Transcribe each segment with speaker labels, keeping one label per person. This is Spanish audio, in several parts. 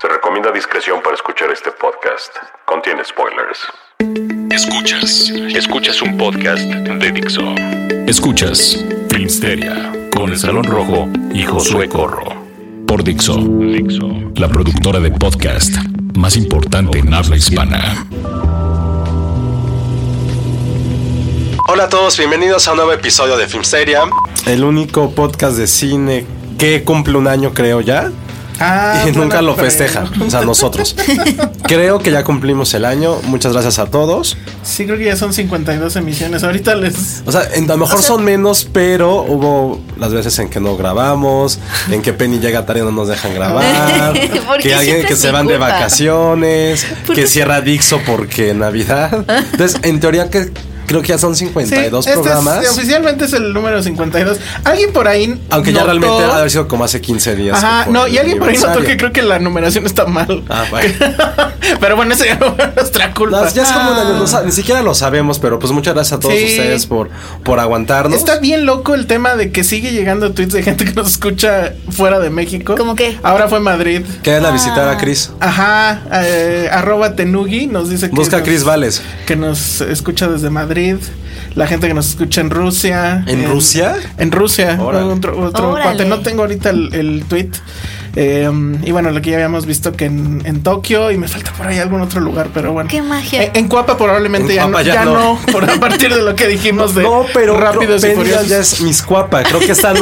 Speaker 1: Se recomienda discreción para escuchar este podcast. Contiene spoilers. Escuchas. Escuchas un podcast de Dixo. Escuchas Filmsteria con el Salón Rojo y Josué Corro. Por Dixo. Dixo. La productora de podcast más importante en habla hispana.
Speaker 2: Hola a todos, bienvenidos a un nuevo episodio de Filmsteria, el único podcast de cine que cumple un año creo ya
Speaker 3: Ah,
Speaker 2: y nunca
Speaker 3: buena
Speaker 2: lo
Speaker 3: pre-
Speaker 2: festeja, o sea nosotros. creo que ya cumplimos el año, muchas gracias a todos.
Speaker 3: Sí, creo que ya son 52 emisiones. Ahorita les.
Speaker 2: O sea, en- a lo mejor son menos, pero hubo las veces en que no grabamos, en que Penny llega tarde y no nos dejan grabar,
Speaker 4: ¿Por qué
Speaker 2: que alguien
Speaker 4: siempre
Speaker 2: que
Speaker 4: es
Speaker 2: se
Speaker 4: mi
Speaker 2: van de
Speaker 4: culpa?
Speaker 2: vacaciones, que cierra Dixo porque Navidad. Entonces, en teoría que creo que ya son
Speaker 3: Sí,
Speaker 2: 52
Speaker 3: este es-
Speaker 2: programas.
Speaker 3: oficialmente es el número 52. Alguien por ahí.
Speaker 2: Aunque ya
Speaker 3: notó-
Speaker 2: realmente ha de haber sido como hace 15 días. que
Speaker 3: Ajá,
Speaker 2: fue
Speaker 3: no,
Speaker 2: el
Speaker 3: y alguien por ahí notó que
Speaker 2: aniversario.
Speaker 3: creo que la numeración está mal.
Speaker 2: Ah, bueno.
Speaker 3: Pero bueno, esa ya no fue nuestra culpa.
Speaker 2: No, ya es como una anécdota, ni siquiera lo sabemos, pero pues muchas gracias a todos
Speaker 3: Ah. Sí.
Speaker 2: ustedes por, por aguantarnos.
Speaker 3: Está bien loco el tema de que sigue llegando tweets de gente que nos escucha fuera de México.
Speaker 4: ¿Cómo qué?
Speaker 3: Ahora fue Madrid.
Speaker 2: Quedan a visitar
Speaker 3: Ah.
Speaker 2: a Chris.
Speaker 3: Ajá, eh, arroba Tenugi nos dice que.
Speaker 2: Busca a
Speaker 3: nos-
Speaker 2: Chris Vales.
Speaker 3: que nos escucha desde Madrid, la gente que nos escucha en Rusia.
Speaker 2: ¿En Rusia?
Speaker 3: En Rusia.
Speaker 2: Órale.
Speaker 3: Otro, otro
Speaker 4: Órale.
Speaker 3: cuate. No tengo ahorita el, el tweet. Eh, y bueno, lo que ya habíamos visto que en, en Tokio y me falta por ahí algún otro lugar, pero bueno.
Speaker 4: Qué magia.
Speaker 3: En, en Cuapa probablemente
Speaker 2: En
Speaker 3: ya,
Speaker 2: Cuapa
Speaker 3: no,
Speaker 2: ya
Speaker 3: ya
Speaker 2: no.
Speaker 3: no, por a partir de lo que dijimos de
Speaker 2: No, pero
Speaker 3: rápidos y
Speaker 2: Penny
Speaker 3: furiosos.
Speaker 2: ya es Miss Cuapa. Creo que está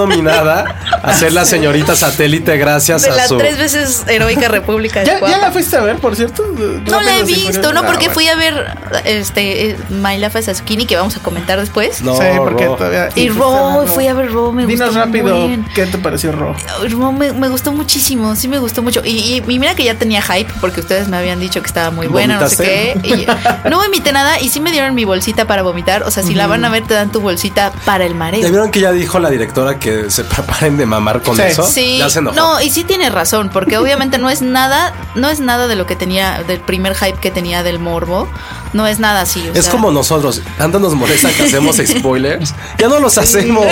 Speaker 2: nominada a ser la señorita satélite gracias
Speaker 4: De
Speaker 2: a
Speaker 4: la
Speaker 2: su.
Speaker 4: tres veces heroica República de
Speaker 3: ¿Ya, ya
Speaker 4: Cuapa.
Speaker 3: la fuiste a ver, por cierto?
Speaker 4: No la he
Speaker 3: Rápidos y
Speaker 4: visto,
Speaker 3: Furiosos.
Speaker 4: no,
Speaker 3: Ah,
Speaker 4: porque
Speaker 3: bueno.
Speaker 4: fui a ver este eh, My Life as a Skinny, que vamos a comentar después.
Speaker 2: No,
Speaker 3: Sí, porque
Speaker 2: Ro.
Speaker 3: todavía-
Speaker 4: Y Ro, fui a ver Ro, me
Speaker 3: Dinos
Speaker 4: gustó muy
Speaker 3: rápido,
Speaker 4: bien.
Speaker 3: ¿qué te pareció Ro?
Speaker 4: No, me, me gustó muchísimo, sí me gustó mucho. Y, y- y mira que ya tenía hype porque ustedes me habían dicho que estaba muy buena, no sé qué.
Speaker 2: ¿Vomitaste?
Speaker 4: Y- no vomité nada y sí me dieron mi bolsita para vomitar. O sea, si la van a ver, te dan tu bolsita para el
Speaker 2: ¿Ya
Speaker 4: mareo.
Speaker 2: vieron que ya dijo la directora que se preparen de mamar con
Speaker 3: Sí.
Speaker 2: eso?
Speaker 4: Sí,
Speaker 2: Ya se enojó.
Speaker 4: no, y sí tiene razón, porque obviamente no es nada, no es nada de lo que tenía, del primer hype que tenía del morbo, no es nada así. o
Speaker 2: es
Speaker 4: sea,
Speaker 2: como nosotros. Tanto nos molesta que hacemos spoilers. ya no los hacemos.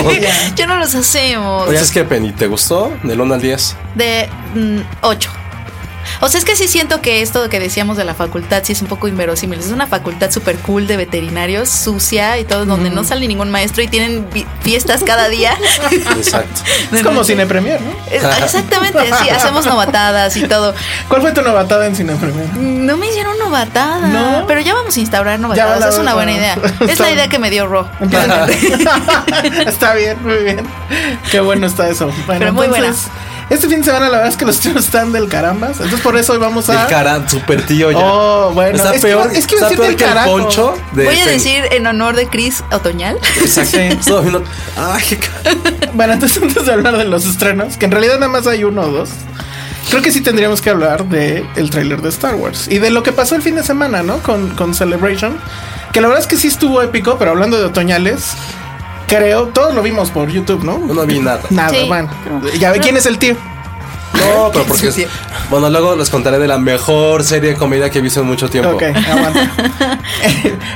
Speaker 4: Ya no los hacemos.
Speaker 2: Oye, es que Penny, ¿te gustó? Del 1 al 10.
Speaker 4: De 8. O sea, es que sí siento que esto que decíamos de la facultad sí es un poco inverosímil. Es una facultad súper cool de veterinarios, sucia y todo, donde no sale ningún maestro y tienen vi- fiestas cada día.
Speaker 2: Exacto.
Speaker 3: Es como Cine Premier, ¿no?
Speaker 4: Es- Exactamente, sí, hacemos novatadas y todo.
Speaker 3: ¿Cuál fue tu novatada en Cine Premier?
Speaker 4: No me hicieron novatada.
Speaker 3: No.
Speaker 4: Pero ya vamos a instaurar
Speaker 3: Ya
Speaker 4: novatadas.
Speaker 3: la-
Speaker 4: es una buena idea. Es la idea que me dio Ro.
Speaker 3: está bien, muy bien. Qué bueno está eso. Bueno,
Speaker 4: Pero muy
Speaker 3: entonces, Este fin de semana la verdad es que los tíos están del carambas. Entonces por eso hoy vamos a...
Speaker 2: El cara, super tío ya.
Speaker 3: Oh, bueno.
Speaker 2: está
Speaker 3: es que-
Speaker 2: peor,
Speaker 3: es que iba a
Speaker 2: está
Speaker 3: decir
Speaker 2: peor
Speaker 3: del
Speaker 2: que el
Speaker 3: carajo.
Speaker 2: poncho de
Speaker 4: Voy a
Speaker 2: Penny.
Speaker 4: decir en honor de Cris Otoñal.
Speaker 2: Exacto.
Speaker 3: Sí.
Speaker 2: Estaba viendo- Ay, qué ca-
Speaker 3: Bueno, entonces antes de hablar de los estrenos, que en realidad nada más hay uno o dos, creo que sí tendríamos que hablar de el tráiler de Star Wars y de lo que pasó el fin de semana, ¿no? Con, con Celebration, que la verdad es que sí estuvo épico, pero hablando de otoñales, creo, todos lo vimos por YouTube, ¿no?
Speaker 2: No vi nada.
Speaker 3: Nada,
Speaker 4: Sí.
Speaker 3: bueno. Ya ve quién es el tío.
Speaker 2: No,
Speaker 1: No, pero porque es-
Speaker 3: sucia.
Speaker 1: Bueno, luego les contaré de la mejor serie de comedia que he visto en mucho tiempo.
Speaker 2: Ok, aguanta.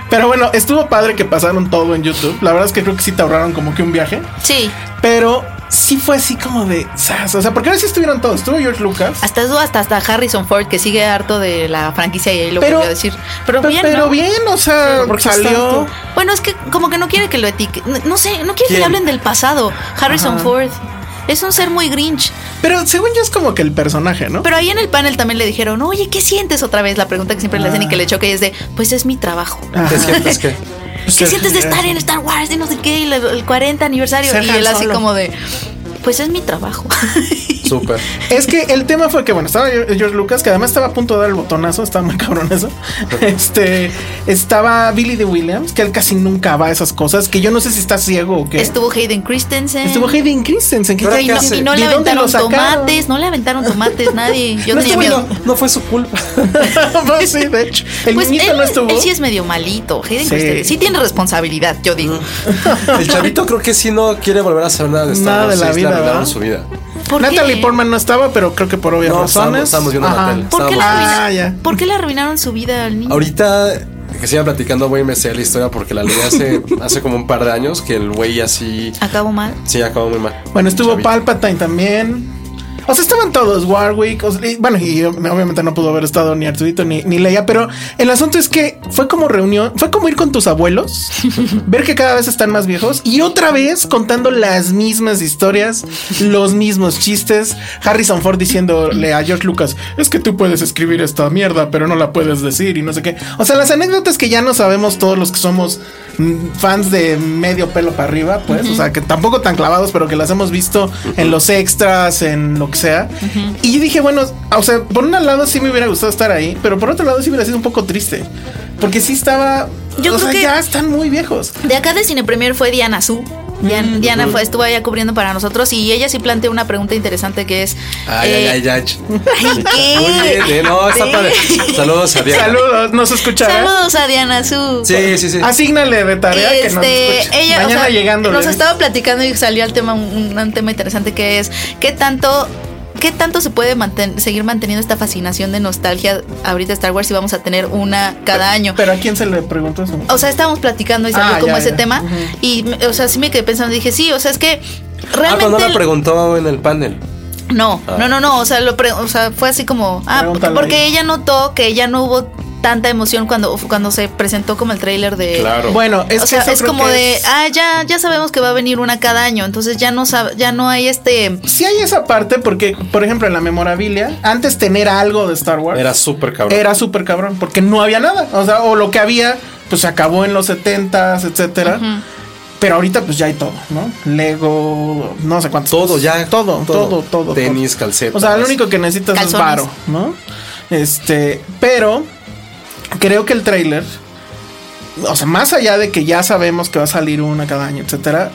Speaker 2: Pero bueno, estuvo padre que pasaron todo en YouTube. La verdad es que creo que sí te ahorraron como que un viaje.
Speaker 3: Sí,
Speaker 2: Pero sí fue así como de... zas. O sea, porque ahora sí estuvieron todos. Estuvo George Lucas.
Speaker 3: hasta eso, hasta, hasta Harrison Ford, que sigue harto de la franquicia y ahí lo
Speaker 2: Pero-
Speaker 3: volvió a decir. Pero
Speaker 2: Pe-
Speaker 3: bien,
Speaker 2: pero
Speaker 3: ¿no?
Speaker 2: bien, o sea,
Speaker 3: Porque
Speaker 2: salió...
Speaker 3: está- Bueno, es que como que no quiere que lo etiqueten. No sé, no quiere que
Speaker 1: ¿Quién?
Speaker 3: le hablen del pasado. Harrison Ford. Es un ser muy grinch.
Speaker 2: Pero según yo es como que el personaje, ¿no?
Speaker 3: Pero ahí en el panel también le dijeron, oye, ¿qué sientes otra vez? La pregunta que siempre le hacen y que
Speaker 2: Ah.
Speaker 3: le choca y es de, pues es mi trabajo.
Speaker 1: ¿Te sientes que?
Speaker 3: ¿Qué sientes de estar en Star Wars y no sé qué? y El, el 40 aniversario.
Speaker 2: Ser
Speaker 3: y
Speaker 2: Han
Speaker 3: él así
Speaker 2: Solo.
Speaker 3: como de, pues es mi trabajo.
Speaker 1: Súper.
Speaker 2: Es que el tema fue que, bueno, estaba George Lucas, que además estaba a punto de dar el botonazo, estaba muy cabrón eso. Este, estaba Billy de Williams, que él casi nunca va a esas cosas, que yo no sé si está ciego o qué.
Speaker 3: Estuvo Hayden Christensen.
Speaker 2: Estuvo Hayden Christensen, que
Speaker 1: Pero
Speaker 2: ya
Speaker 3: y no,
Speaker 1: hace?
Speaker 3: y no le
Speaker 2: ¿De dónde lo
Speaker 3: aventaron
Speaker 2: sacaron?
Speaker 3: tomates, no le aventaron tomates nadie. Yo
Speaker 1: No,
Speaker 3: tenía
Speaker 1: estuvo-
Speaker 3: miedo.
Speaker 1: no, no fue su culpa.
Speaker 2: Pues sí, de hecho. El
Speaker 3: Pues
Speaker 2: niñito
Speaker 3: él,
Speaker 2: no estuvo.
Speaker 3: él sí es medio malito. Hayden
Speaker 2: Sí.
Speaker 3: Christensen sí tiene responsabilidad, yo digo.
Speaker 1: El chavito creo que sí no quiere volver a hacer nada de Star
Speaker 2: Nada
Speaker 1: Wars,
Speaker 2: de la
Speaker 1: sí,
Speaker 2: vida,
Speaker 1: arruinaron
Speaker 2: ¿verdad?
Speaker 1: su vida.
Speaker 3: ¿Por qué?
Speaker 2: Natalie Portman no estaba, pero creo que por obvias
Speaker 1: No, estábamos,
Speaker 2: razones.
Speaker 1: estábamos viendo la
Speaker 2: Ajá.
Speaker 1: tele.
Speaker 3: ¿Por qué, le
Speaker 1: estábamos-
Speaker 2: la-
Speaker 3: arruina-
Speaker 2: Ah, ya.
Speaker 3: por qué le arruinaron su vida al niño?
Speaker 1: Ahorita que sigan platicando voy a investigar la historia porque la leí hace, hace como un par de años que el güey así...
Speaker 3: Acabo mal.
Speaker 1: Sí, acabó muy mal.
Speaker 2: Bueno, estuvo
Speaker 1: Chavito.
Speaker 2: Palpatine también. O sea, estaban todos, Warwick, o sea, y- bueno, y obviamente no pudo haber estado ni Arturito ni, ni Leia, pero el asunto es que fue como reunión, fue como ir con tus abuelos, ver que cada vez están más viejos y otra vez contando las mismas historias, los mismos chistes, Harrison Ford diciéndole a George Lucas, es que tú puedes escribir esta mierda, pero no la puedes decir y no sé qué. O sea, las anécdotas que ya no sabemos todos los que somos mm, fans de medio pelo para arriba, pues, o sea, que tampoco tan clavados, pero que las hemos visto en los extras, en lo que sea. Y yo dije, bueno, ah, o sea, por un lado sí me hubiera gustado estar ahí, pero por otro lado sí hubiera sido un poco triste, porque sí estaba,
Speaker 3: Yo
Speaker 2: o
Speaker 3: creo
Speaker 2: sea,
Speaker 3: que-
Speaker 2: ya están muy viejos. Mm,
Speaker 3: De acá de Cine Premier fue Diana Su. Dian- Diana fue, estuvo allá cubriendo para nosotros y ella sí planteó una pregunta interesante que es...
Speaker 1: Ay,
Speaker 3: eh,
Speaker 1: ay, ay, ay.
Speaker 3: ay, ¿qué?
Speaker 1: Muy bien, eh, no, está
Speaker 3: Sí.
Speaker 1: padre. Saludos a Diana.
Speaker 2: Saludos, nos escuchará.
Speaker 3: Saludos a Diana Su.
Speaker 1: Sí, sí, sí.
Speaker 2: Asígnale de tarea que nos
Speaker 3: Este,
Speaker 2: escuche.
Speaker 3: ella, o
Speaker 2: Mañana
Speaker 3: sea,
Speaker 2: llegando.
Speaker 3: nos
Speaker 2: le-
Speaker 3: estaba platicando y salió al tema un, un tema interesante que es qué tanto qué tanto se puede manten- seguir manteniendo esta fascinación de nostalgia ahorita de Star Wars si vamos a tener una cada año.
Speaker 2: Pero a quién se le preguntó eso.
Speaker 3: O sea, estábamos platicando y salió
Speaker 2: Ah,
Speaker 3: como
Speaker 2: ya,
Speaker 3: ese
Speaker 2: ya.
Speaker 3: tema y o sea, sí me quedé pensando, dije, sí, o sea, es que
Speaker 1: Ah,
Speaker 3: realmente
Speaker 1: pero no la Ah.
Speaker 3: el-
Speaker 1: preguntó en el panel.
Speaker 3: no, no, no, no, o sea, lo pre- o sea, fue así como, ah,
Speaker 2: Pregúntale
Speaker 3: porque
Speaker 2: ahí.
Speaker 3: ella notó que ya no hubo tanta emoción cuando cuando se presentó como el tráiler de
Speaker 2: Bueno, es
Speaker 3: o
Speaker 2: que
Speaker 3: sea,
Speaker 2: eso
Speaker 3: es
Speaker 2: creo
Speaker 3: como
Speaker 2: que
Speaker 3: de,
Speaker 2: es-
Speaker 3: ah, ya, ya sabemos que va a venir una cada año, entonces ya no sabe, ya no hay este.
Speaker 2: Sí hay esa parte porque, por ejemplo, en la memorabilia, antes tener algo de Star Wars
Speaker 1: Era súper cabrón.
Speaker 2: Era súper cabrón porque no había nada. O sea, o lo que había, pues se acabó en los 70s, etcétera. Pero ahorita pues ya hay todo, ¿no? Lego, no sé cuánto.
Speaker 1: Todo, ya,
Speaker 2: Todo,
Speaker 1: todo.
Speaker 2: todo, todo. todo.
Speaker 1: Tenis, calcetas.
Speaker 2: O sea, lo único que necesitas es
Speaker 3: Calzones.
Speaker 2: varo, ¿no? Este, pero creo que el tráiler, o sea, más allá de que ya sabemos que va a salir una cada año, etcétera,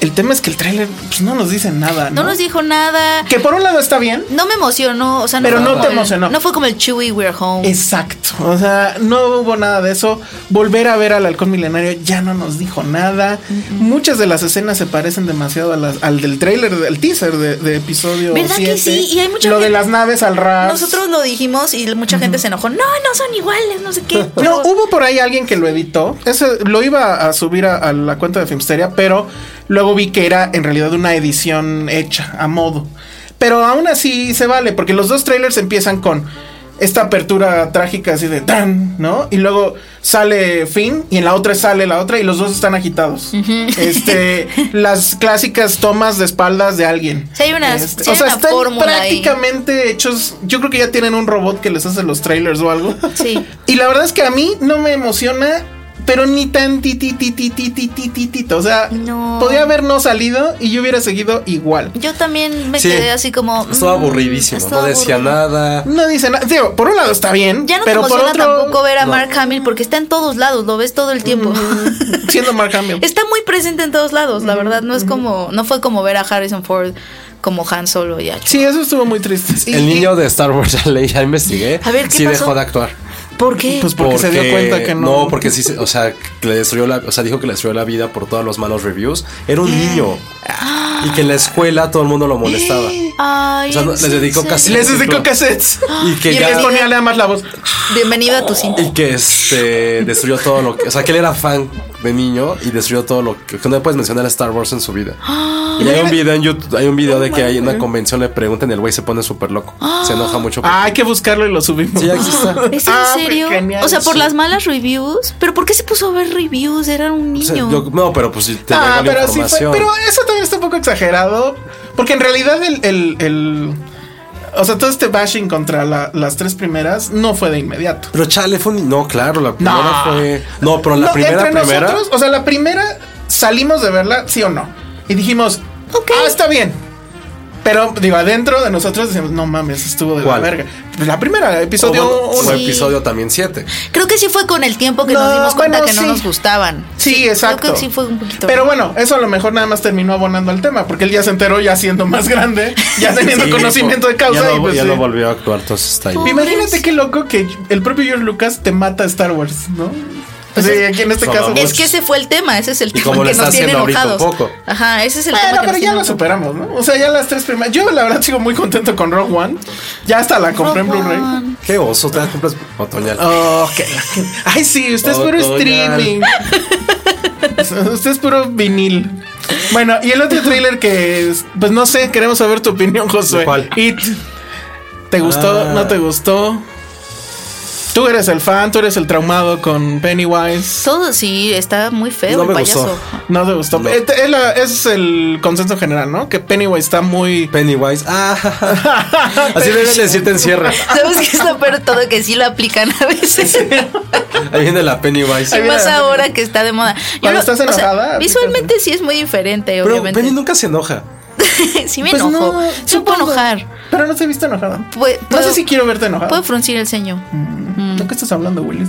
Speaker 2: el tema es que el tráiler pues, no nos dice nada, ¿no?
Speaker 3: No nos dijo nada.
Speaker 2: Que por un lado está bien,
Speaker 3: No me emocionó, o sea,
Speaker 2: Pero
Speaker 3: fue
Speaker 2: no
Speaker 3: como
Speaker 2: te
Speaker 3: el-
Speaker 2: emocionó.
Speaker 3: No fue como el Chewy We're Home.
Speaker 2: Exacto. O sea, no hubo nada de eso. Volver a ver al halcón milenario ya no nos dijo nada. Muchas de las escenas se parecen demasiado a las- al del trailer, del teaser de, de episodio.
Speaker 3: ¿Verdad que
Speaker 2: siete.
Speaker 3: sí? Y hay mucha
Speaker 2: Lo
Speaker 3: gente-
Speaker 2: de las naves al ras.
Speaker 3: Nosotros lo dijimos y mucha gente se enojó. No, no son iguales, no sé qué.
Speaker 2: No, hubo por ahí alguien que lo editó. Ese lo iba a subir a, a la cuenta de Filmsteria, pero luego vi que era en realidad una edición hecha a modo. Pero aún así se vale, porque los dos trailers empiezan con esta apertura trágica así de tan, ¿no? Y luego sale Finn y en la otra sale la otra y los dos están agitados. Este, las clásicas tomas de espaldas de alguien.
Speaker 3: Sí, hay unas-
Speaker 2: Este,
Speaker 3: sí hay
Speaker 2: o sea,
Speaker 3: una
Speaker 2: están
Speaker 3: fórmula ahí.
Speaker 2: prácticamente hechos. Yo creo que ya tienen un robot que les hace los trailers o algo.
Speaker 3: Sí.
Speaker 2: Y la verdad es que a mí no me emociona, pero ni tan ti ti ti ti ti ti ti ti, ti. O sea,
Speaker 3: No.
Speaker 2: podía haber no salido y yo hubiera seguido igual.
Speaker 3: Yo también me
Speaker 1: Sí.
Speaker 3: quedé así como.
Speaker 1: Estaba
Speaker 3: mm,
Speaker 1: aburridísimo.
Speaker 3: estaba
Speaker 1: no decía
Speaker 3: aburrido.
Speaker 1: nada.
Speaker 2: No dice nada. Digo, por un lado está bien,
Speaker 3: Ya no
Speaker 2: pero
Speaker 3: te
Speaker 2: por
Speaker 3: emociona
Speaker 2: otro,
Speaker 3: tampoco ver a Mark Hamill porque está en todos lados, lo ves todo el tiempo.
Speaker 2: siendo Mark Hamill.
Speaker 3: Está muy presente en todos lados, la verdad. No es como, no fue como ver a Harrison Ford como Han Solo y a Ch-
Speaker 2: Sí, eso estuvo muy triste. Y-
Speaker 1: El niño de Star Wars, ya leí, ya investigué.
Speaker 3: A ver, ¿qué
Speaker 1: sí
Speaker 3: pasó?
Speaker 1: dejó de actuar.
Speaker 3: ¿Por qué?
Speaker 2: Pues porque, se dio cuenta que no.
Speaker 1: Eh, No, porque sí, se- o sea, que le destruyó la, o sea, dijo que le destruyó la vida por todos los malos reviews. Era un niño. y que en la escuela todo el mundo lo molestaba.
Speaker 3: Ay,
Speaker 1: O sea, no-
Speaker 3: en
Speaker 1: les dedicó
Speaker 3: serio.
Speaker 1: casi-
Speaker 2: Les dedicó cassettes.
Speaker 1: Y que
Speaker 2: Y
Speaker 1: ya-
Speaker 2: les ponía nada más la voz.
Speaker 3: Bienvenido a tu cinta.
Speaker 1: Y que este destruyó todo lo que. O sea, que él era fan de niño y destruyó todo lo que. que No puedes mencionar a Star Wars en su vida.
Speaker 2: Ah,
Speaker 1: Y hay un video en YouTube, hay un video de que hay una convención, le preguntan y el güey se pone súper loco. Se enoja mucho. porque-
Speaker 2: Ah, hay que buscarlo y lo subimos.
Speaker 1: Sí, ya existe.
Speaker 3: ¿Es en
Speaker 2: Ah,
Speaker 3: serio?
Speaker 2: pues, genial,
Speaker 3: O sea, por
Speaker 2: sí.
Speaker 3: las malas reviews. ¿Pero por qué se puso a ver reviews? Era un
Speaker 1: O sea,
Speaker 3: niño.
Speaker 1: yo- no, pero pues sí te
Speaker 2: Ah,
Speaker 1: regaló
Speaker 2: pero sí fue-
Speaker 1: información.
Speaker 2: Pero eso también está un poco exagerado. Porque en realidad el. el- el- o sea, todo este bashing contra la- las tres primeras no fue de inmediato.
Speaker 1: Pero chale, fue un- No, claro, la primera fue. No, pero la
Speaker 2: No,
Speaker 1: primera,
Speaker 2: entre
Speaker 1: primera.
Speaker 2: nosotros, o sea, la primera salimos de verla, sí o no. Y dijimos,
Speaker 3: Ok.
Speaker 2: ah, está bien. Pero, digo, adentro de nosotros decimos, no mames, estuvo de la
Speaker 1: ¿Cuál?
Speaker 2: verga. Pues la primera, episodio
Speaker 1: Oh, bueno,
Speaker 2: uno.
Speaker 1: fue
Speaker 3: Sí.
Speaker 1: episodio también 7.
Speaker 3: Creo que sí fue con el tiempo que
Speaker 2: No,
Speaker 3: nos dimos cuenta
Speaker 2: bueno,
Speaker 3: que no
Speaker 2: sí.
Speaker 3: nos gustaban.
Speaker 2: Sí, exacto.
Speaker 3: Creo que sí fue un poquito.
Speaker 2: Pero bueno, eso a lo mejor nada más terminó abonando al tema, porque él ya se enteró ya siendo más grande, ya teniendo conocimiento de causa.
Speaker 1: Ya no,
Speaker 2: y pues,
Speaker 1: ya
Speaker 2: sí.
Speaker 1: no volvió a actuar, entonces está ahí.
Speaker 2: Imagínate
Speaker 3: Pues,
Speaker 2: qué loco que el propio George Lucas te mata a Star Wars, ¿no? sí, aquí en este
Speaker 1: no,
Speaker 2: caso.
Speaker 1: vamos.
Speaker 3: es que ese fue el tema, ese es el tema
Speaker 1: como lo
Speaker 3: que
Speaker 1: está
Speaker 3: nos tiene
Speaker 1: haciendo ahorita un
Speaker 3: enojados.
Speaker 1: poco.
Speaker 3: Ajá, ese es el
Speaker 2: Bueno,
Speaker 3: tema que
Speaker 2: pero ya
Speaker 3: nos tiene
Speaker 2: lo
Speaker 3: enojados.
Speaker 2: superamos, ¿no? O sea, ya las tres primeras. Yo la verdad sigo muy contento con Rogue One. Ya hasta la compré en
Speaker 3: Rogue
Speaker 2: Blu-ray.
Speaker 1: Qué oso, te la compras otoñal.
Speaker 2: Oh, qué- Ay, sí, usted es puro
Speaker 1: Otoñal.
Speaker 2: streaming. usted es puro vinil. Bueno, y el otro trailer que, es- pues no sé, queremos saber tu opinión, Josué.
Speaker 1: ¿De cuál?
Speaker 2: It. ¿Te gustó?
Speaker 1: Ah.
Speaker 2: ¿No te gustó? Tú eres el fan, tú eres el traumado con Pennywise.
Speaker 3: Todo sí, está muy feo
Speaker 1: No
Speaker 3: el
Speaker 1: me
Speaker 3: payaso.
Speaker 1: gustó.
Speaker 2: No te gustó.
Speaker 1: No.
Speaker 2: Eh, te- Es, la- es el consenso general, ¿no? Que Pennywise está muy.
Speaker 1: Pennywise. Ah, ja, ja, ja. Así deben decirte en cierre.
Speaker 3: ¿Sabes qué es lo peor de todo? Que sí lo aplican a veces.
Speaker 1: Ahí viene la Pennywise.
Speaker 3: Y
Speaker 2: viene
Speaker 3: más
Speaker 2: la-
Speaker 3: ahora que está de moda. Yo
Speaker 2: Cuando estás enojada, aplicas-
Speaker 3: visualmente sí es muy diferente,
Speaker 1: Pero
Speaker 3: obviamente.
Speaker 1: Penny nunca se enoja.
Speaker 3: sí me
Speaker 2: Pues
Speaker 3: enojo. sí me puedo
Speaker 2: supongo.
Speaker 3: enojar. Pues,
Speaker 2: Pero no te he visto enojada.
Speaker 3: Pue-
Speaker 2: no
Speaker 3: puedo-
Speaker 2: sé si quiero verte enojada.
Speaker 3: Puedo fruncir el ceño.
Speaker 2: ¿De qué estás hablando, Willis?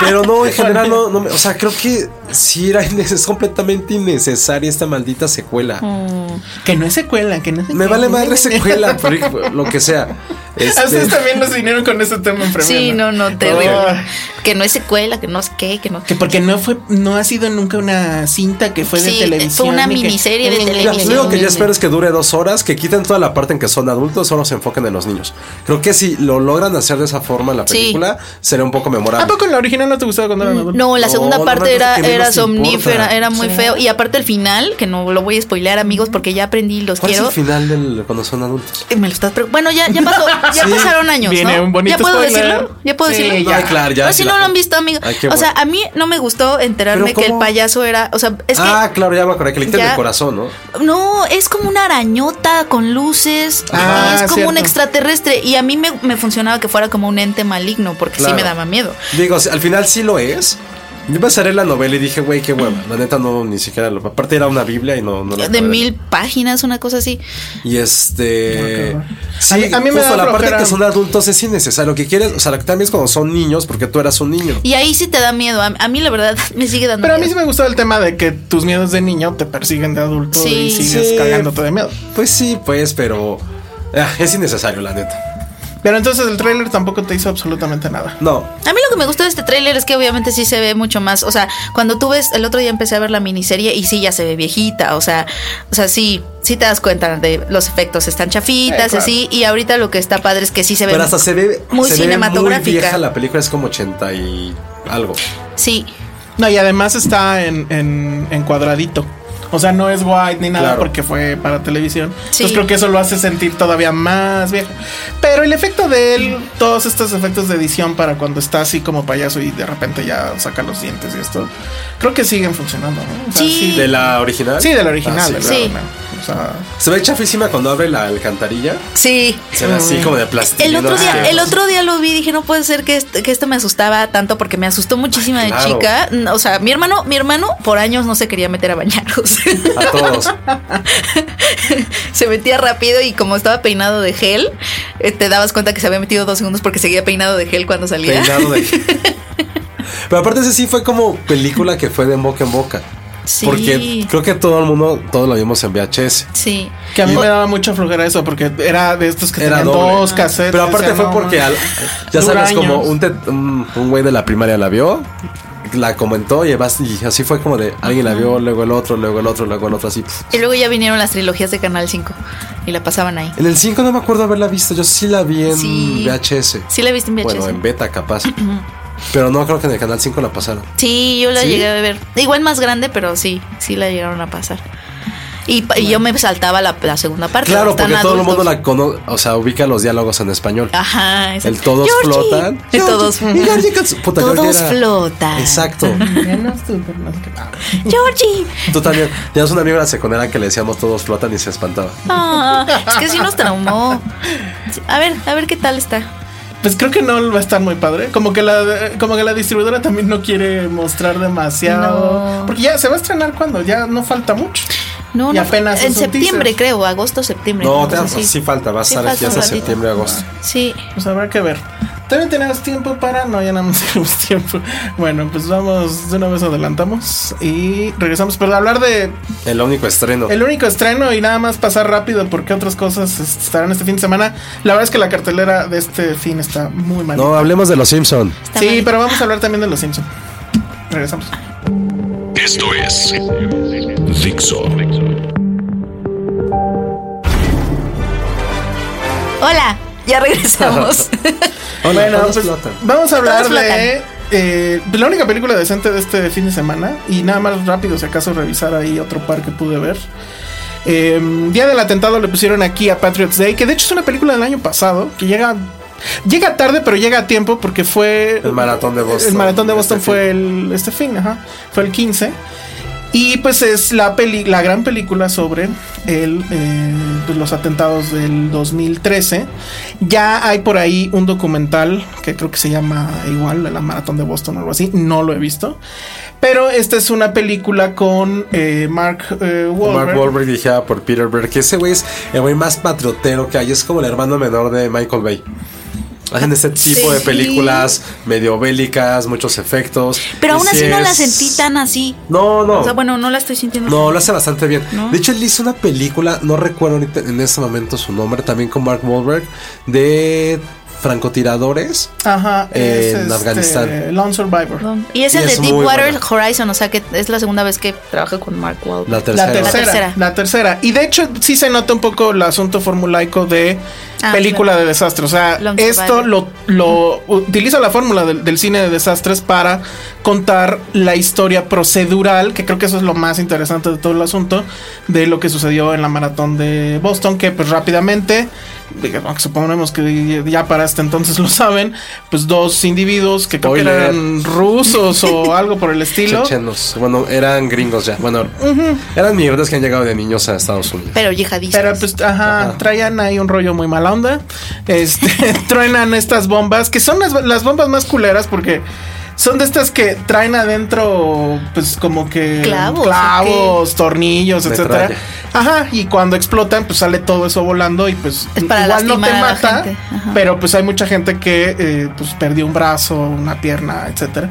Speaker 1: Pero no, en general, no, no me- o sea, creo que sí era inne- es completamente innecesaria esta maldita secuela.
Speaker 3: Mm.
Speaker 2: que no es secuela, que no es
Speaker 1: Me vale madre secuela, pero hijo, lo que sea. Este,
Speaker 2: Ustedes también nos vinieron con ese tema en
Speaker 3: Sí, no, no, terrible.
Speaker 2: Ay.
Speaker 3: Que no es secuela, que no es qué, que no.
Speaker 2: Que porque no fue, no ha sido nunca una cinta que fue de
Speaker 3: Sí,
Speaker 2: televisión.
Speaker 3: fue una
Speaker 2: ni que-
Speaker 3: miniserie de
Speaker 2: Mira,
Speaker 1: mira,
Speaker 3: televisión.
Speaker 1: lo único que yo espero es que dure dos horas, que quiten toda la parte en que son adultos, solo se enfoquen en los niños. Creo que si lo logran hacer de esa forma en la
Speaker 3: Sí.
Speaker 1: película, será un poco memorable.
Speaker 2: ¿A poco en la original no te gustaba cuando era adulto?
Speaker 3: Mm, No, la
Speaker 1: No,
Speaker 3: segunda
Speaker 1: no me
Speaker 3: parte
Speaker 1: acuerdo
Speaker 3: era,
Speaker 1: que menos
Speaker 3: era
Speaker 1: te
Speaker 3: somnífera,
Speaker 1: importa.
Speaker 3: era muy feo. Y aparte el final, que no lo voy a spoilear, amigos, porque ya aprendí y los
Speaker 1: ¿Cuál
Speaker 3: Ah, quiero.
Speaker 1: es el final del cuando son adultos?
Speaker 3: Eh, Me lo estás pre- Bueno, ya, ya pasó, ya pasaron años.
Speaker 2: Viene
Speaker 3: ¿no?
Speaker 2: un bonito
Speaker 3: ¿Ya puedo
Speaker 2: spoiler.
Speaker 3: decirlo? ¿Ya puedo
Speaker 2: Sí,
Speaker 3: decirlo?
Speaker 2: ya.
Speaker 1: Ay, claro, ya,
Speaker 3: No,
Speaker 1: sí
Speaker 3: si
Speaker 1: la-
Speaker 3: no lo han visto, amigos.
Speaker 1: Ay, qué
Speaker 3: o sea,
Speaker 1: bueno.
Speaker 3: a mí no me gustó enterarme
Speaker 1: Pero
Speaker 3: que el
Speaker 1: ¿cómo?
Speaker 3: payaso era. O sea, es que.
Speaker 1: ah, claro, ya me acordé que le quitan
Speaker 3: Ya.
Speaker 1: el corazón, ¿no?
Speaker 3: No, es como una arañota con luces.
Speaker 2: Ah,
Speaker 3: y es como un
Speaker 2: cierto.
Speaker 3: extraterrestre. Y a mí me, me funcionaba que fuera como un ente maligno, porque
Speaker 1: Claro.
Speaker 3: sí me daba miedo.
Speaker 1: Digo, si- al final sí lo es. Yo pasaré la novela y dije, güey, qué hueva. La neta no, ni siquiera lo. Aparte era una Biblia y no, no la
Speaker 3: De
Speaker 1: acabé
Speaker 3: mil páginas, una cosa así.
Speaker 1: Y este. Sí,
Speaker 2: A mí- a mí me
Speaker 1: justo
Speaker 2: da
Speaker 1: la parte
Speaker 2: flojera.
Speaker 1: que son adultos es innecesario. Lo que quieres, o sea, también es cuando son niños, porque tú eras un niño.
Speaker 3: Y ahí sí te da miedo. A, a mí, la verdad, me sigue dando
Speaker 2: Pero a mí sí
Speaker 3: miedo.
Speaker 2: me gustó el tema de que tus miedos de niño te persiguen de adulto
Speaker 3: Sí.
Speaker 2: y sigues
Speaker 1: Sí.
Speaker 2: cagándote de miedo.
Speaker 1: Pues sí, pues, pero. ah, es innecesario, la neta.
Speaker 2: Pero entonces el tráiler tampoco te hizo absolutamente nada.
Speaker 1: No.
Speaker 3: A mí lo que me gusta de este tráiler es que obviamente sí se ve mucho más, o sea, cuando tú ves, el otro día empecé a ver la miniserie y sí ya se ve viejita, o sea, o sea, sí, sí te das cuenta de los efectos están chafitas,
Speaker 2: Eh, claro.
Speaker 3: así, y ahorita lo que está padre es que sí se ve
Speaker 1: Pero hasta se ve.
Speaker 3: muy
Speaker 1: se ve
Speaker 3: cinematográfica.
Speaker 1: muy vieja la película, es como 80 y algo.
Speaker 3: Sí.
Speaker 2: No, y además está en, en, en cuadradito. O sea, no es white ni nada
Speaker 1: Claro.
Speaker 2: porque fue para televisión.
Speaker 3: Sí.
Speaker 2: Entonces creo que eso lo hace sentir todavía más viejo. Pero el efecto de él, todos estos efectos de edición para cuando está así como payaso y de repente ya saca los dientes y esto, creo que siguen funcionando. ¿no? O sea,
Speaker 3: Sí.
Speaker 1: ¿De la original?
Speaker 2: Sí, del original.
Speaker 1: Ah, sí,
Speaker 2: de la
Speaker 1: claro.
Speaker 3: Sí.
Speaker 2: original. O sea,
Speaker 1: Se ve chafísima cuando abre la alcantarilla.
Speaker 3: Sí.
Speaker 1: Se ve así como de plástico.
Speaker 3: El otro día, el otro día lo vi, dije, no puede ser que este, que esto me asustaba tanto porque me asustó muchísimo de
Speaker 1: Claro.
Speaker 3: chica. O sea, mi hermano, mi hermano por años no se quería meter a bañar. o sea.
Speaker 1: A todos.
Speaker 3: se metía rápido y como estaba peinado de gel, eh, te dabas cuenta que se había metido dos segundos porque seguía peinado de gel cuando salía.
Speaker 1: Peinado de. Pero aparte ese sí fue como película que fue de boca en boca.
Speaker 3: Sí. Ah.
Speaker 1: Porque creo que todo el mundo, todos lo vimos en VHS.
Speaker 3: Sí.
Speaker 2: que a mí me daba mucha flojera eso porque era de estos que
Speaker 1: Era
Speaker 2: tenían
Speaker 1: doble.
Speaker 2: dos cassettes.
Speaker 1: Pero aparte
Speaker 2: decía,
Speaker 1: fue
Speaker 2: no,
Speaker 1: porque
Speaker 2: man.
Speaker 1: al- ya
Speaker 2: Dura
Speaker 1: sabes, como
Speaker 2: años.
Speaker 1: un, te- un- un güey de la primaria la vio. la comentó y, vas- y así fue como de alguien la vio, luego el otro, luego el otro, luego el otro, así.
Speaker 3: Y luego ya vinieron las trilogías de Canal 5 y la pasaban ahí.
Speaker 1: En el 5 no me acuerdo haberla visto, yo sí la vi en
Speaker 3: Sí.
Speaker 1: VHS.
Speaker 3: ¿Sí la viste en VHS?
Speaker 1: Bueno, en beta capaz. Pero no creo que en el canal 5 la pasaron.
Speaker 3: Sí, yo la
Speaker 1: ¿Sí?
Speaker 3: llegué a ver. Igual más grande, pero sí, sí la llegaron a pasar. Y, pa- y yo me saltaba la, la segunda parte.
Speaker 1: Claro,
Speaker 3: donde
Speaker 1: porque
Speaker 3: están
Speaker 1: todo el mundo
Speaker 3: adultos.
Speaker 1: la conoce, o sea, ubica los diálogos en español.
Speaker 3: Ajá,
Speaker 1: El
Speaker 3: exacto.
Speaker 1: todos
Speaker 3: Georgie,
Speaker 1: flotan.
Speaker 3: El todos
Speaker 1: Georgie, y Georgie con su- puta,
Speaker 3: Todos
Speaker 1: Georgie era-
Speaker 3: flotan.
Speaker 1: Exacto.
Speaker 3: Georgie.
Speaker 1: Tú también. Tenías un amigo en la secundaria que le decíamos todos flotan y se espantaba.
Speaker 3: Ah, es que sí nos traumó. A ver, a ver qué tal está.
Speaker 2: Pues creo que no va a estar muy padre. Como que la, como que la distribuidora también no quiere mostrar demasiado.
Speaker 3: No.
Speaker 2: Porque ya se va a estrenar cuando, ya no falta mucho.
Speaker 3: No,
Speaker 2: Y
Speaker 3: no,
Speaker 2: apenas
Speaker 3: en
Speaker 2: es un
Speaker 3: septiembre
Speaker 2: teaser.
Speaker 3: creo, agosto, septiembre.
Speaker 1: No,
Speaker 3: una
Speaker 1: te-
Speaker 3: cosa
Speaker 1: sí.
Speaker 3: así.
Speaker 1: falta, va a
Speaker 3: Sí
Speaker 1: estar aquí
Speaker 3: falta un
Speaker 1: hasta
Speaker 3: ratito.
Speaker 1: septiembre, agosto.
Speaker 3: Sí.
Speaker 2: Pues habrá que ver. También tenemos tiempo para. No, ya no nos tenemos tiempo. Bueno, pues vamos, de una vez adelantamos y regresamos. Pero hablar de
Speaker 1: El único estreno.
Speaker 2: el único estreno y nada más pasar rápido porque otras cosas estarán este fin de semana. La verdad es que la cartelera de este fin está muy mal.
Speaker 1: No, hablemos de los Simpson.
Speaker 3: está
Speaker 2: sí,
Speaker 3: mal.
Speaker 2: pero vamos a hablar también de los Simpsons. Regresamos.
Speaker 5: Esto es Dixo.
Speaker 3: Hola, ya regresamos.
Speaker 2: bueno,
Speaker 1: todos
Speaker 2: pues,
Speaker 1: flotan.
Speaker 2: vamos a hablar
Speaker 3: Todos
Speaker 2: de eh, la única película decente de este fin de semana. Y nada más rápido, si acaso revisar ahí otro par que pude ver. Eh, Día del atentado le pusieron aquí a Patriots Day, que de hecho es una película del año pasado, que llega. Llega tarde, pero llega a tiempo porque fue.
Speaker 1: El maratón de Boston.
Speaker 2: El maratón de Boston
Speaker 1: Este
Speaker 2: fue el. Este fin, ajá. Fue el 15. Y pues es la, peli la gran película sobre el, eh, pues, los atentados del 2013. Ya hay por ahí un documental que creo que se llama igual, la Maratón de Boston o algo así. No lo he visto. Pero esta es una película con eh, Mark eh, Wahlberg.
Speaker 1: Mark Wahlberg dirigida por Peter Berg. Que ese güey es el güey más patriotero que hay. Es como el hermano menor de Michael Bay. Hacen este tipo de
Speaker 3: Sí.
Speaker 1: películas medio bélicas, muchos efectos.
Speaker 3: pero
Speaker 1: Y
Speaker 3: aún
Speaker 1: sí
Speaker 3: así no la
Speaker 1: es-
Speaker 3: sentí tan así.
Speaker 1: No, no.
Speaker 3: O sea, bueno, no la estoy sintiendo.
Speaker 1: No, lo hace bastante bien.
Speaker 3: ¿No?
Speaker 1: De hecho, él hizo una película, no recuerdo ahorita en este momento su nombre, también con Mark Wahlberg, de francotiradores.
Speaker 2: Ajá. este,
Speaker 1: En Afganistán.
Speaker 2: Lone Survivor.
Speaker 3: Y es
Speaker 1: Y
Speaker 3: el
Speaker 1: es
Speaker 3: de
Speaker 1: muy
Speaker 3: Deepwater
Speaker 1: buena.
Speaker 3: Horizon, o sea que es la segunda vez que trabaja con Mark Wahlberg.
Speaker 1: La tercera.
Speaker 2: La tercera,
Speaker 3: La
Speaker 2: la
Speaker 3: tercera.
Speaker 2: tercera. Y de hecho, sí se nota un poco el asunto formulaico de
Speaker 3: Ah,
Speaker 2: película
Speaker 3: claro.
Speaker 2: de desastre. O sea,
Speaker 3: Long
Speaker 2: esto
Speaker 3: Survivor.
Speaker 2: lo, lo utiliza la fórmula del, del cine de desastres para contar la historia procedural, que creo que eso es lo más interesante de todo el asunto, de lo que sucedió en la maratón de Boston, que pues rápidamente. digamos, aunque Suponemos que ya para este entonces lo saben, pues dos individuos que creo que
Speaker 1: Spoiler.
Speaker 2: eran rusos o algo por el estilo.
Speaker 1: Chechenos. Bueno, eran gringos ya. Bueno, eran migrantes que han llegado de niños a Estados Unidos.
Speaker 3: Pero yihadistas.
Speaker 2: Pero pues, ajá,
Speaker 1: Ajá.
Speaker 2: traían ahí un rollo muy mala onda. Este, truenan estas bombas, que son las, las bombas más culeras porque son de estas que traen adentro, pues como que
Speaker 3: Clavos,
Speaker 2: clavos, tornillos,
Speaker 1: Metralla.
Speaker 2: etcétera. Ajá, y cuando explotan, pues sale todo eso volando y pues
Speaker 3: Es para
Speaker 2: igual no te
Speaker 3: lastimar a la
Speaker 2: mata,
Speaker 3: gente. Ajá.
Speaker 2: pero pues hay mucha gente que eh, pues perdió un brazo, una pierna, etcétera.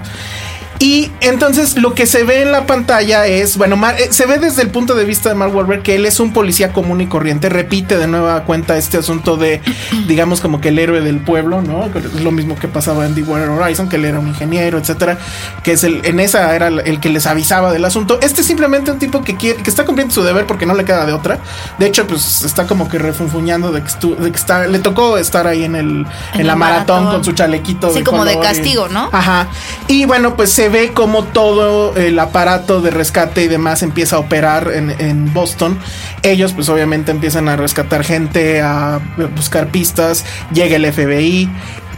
Speaker 2: Y entonces lo que se ve en la pantalla es, bueno, Mar- eh, se ve desde el punto de vista de Mark Wahlberg que él es un policía común y corriente. Repite de nueva cuenta este asunto de, digamos, como que el héroe del pueblo, ¿no? Es lo mismo que pasaba en The Water Horizon, que él era un ingeniero, etcétera, que es el, en esa era el que les avisaba del asunto. Este es simplemente un tipo que quiere, que está cumpliendo su deber porque no le queda de otra. De hecho, pues está como que refunfuñando de que, estu- de que está, le tocó estar ahí en el, en,
Speaker 3: En
Speaker 2: la
Speaker 3: el
Speaker 2: maratón,
Speaker 3: maratón.
Speaker 2: con su chalequito.
Speaker 3: Sí, como de
Speaker 2: color y-
Speaker 3: castigo, ¿no?
Speaker 2: Ajá. Y bueno, pues se ve como todo el aparato de rescate y demás empieza a operar en, en Boston. Ellos, pues obviamente empiezan a rescatar gente, a buscar pistas. Llega el FBI.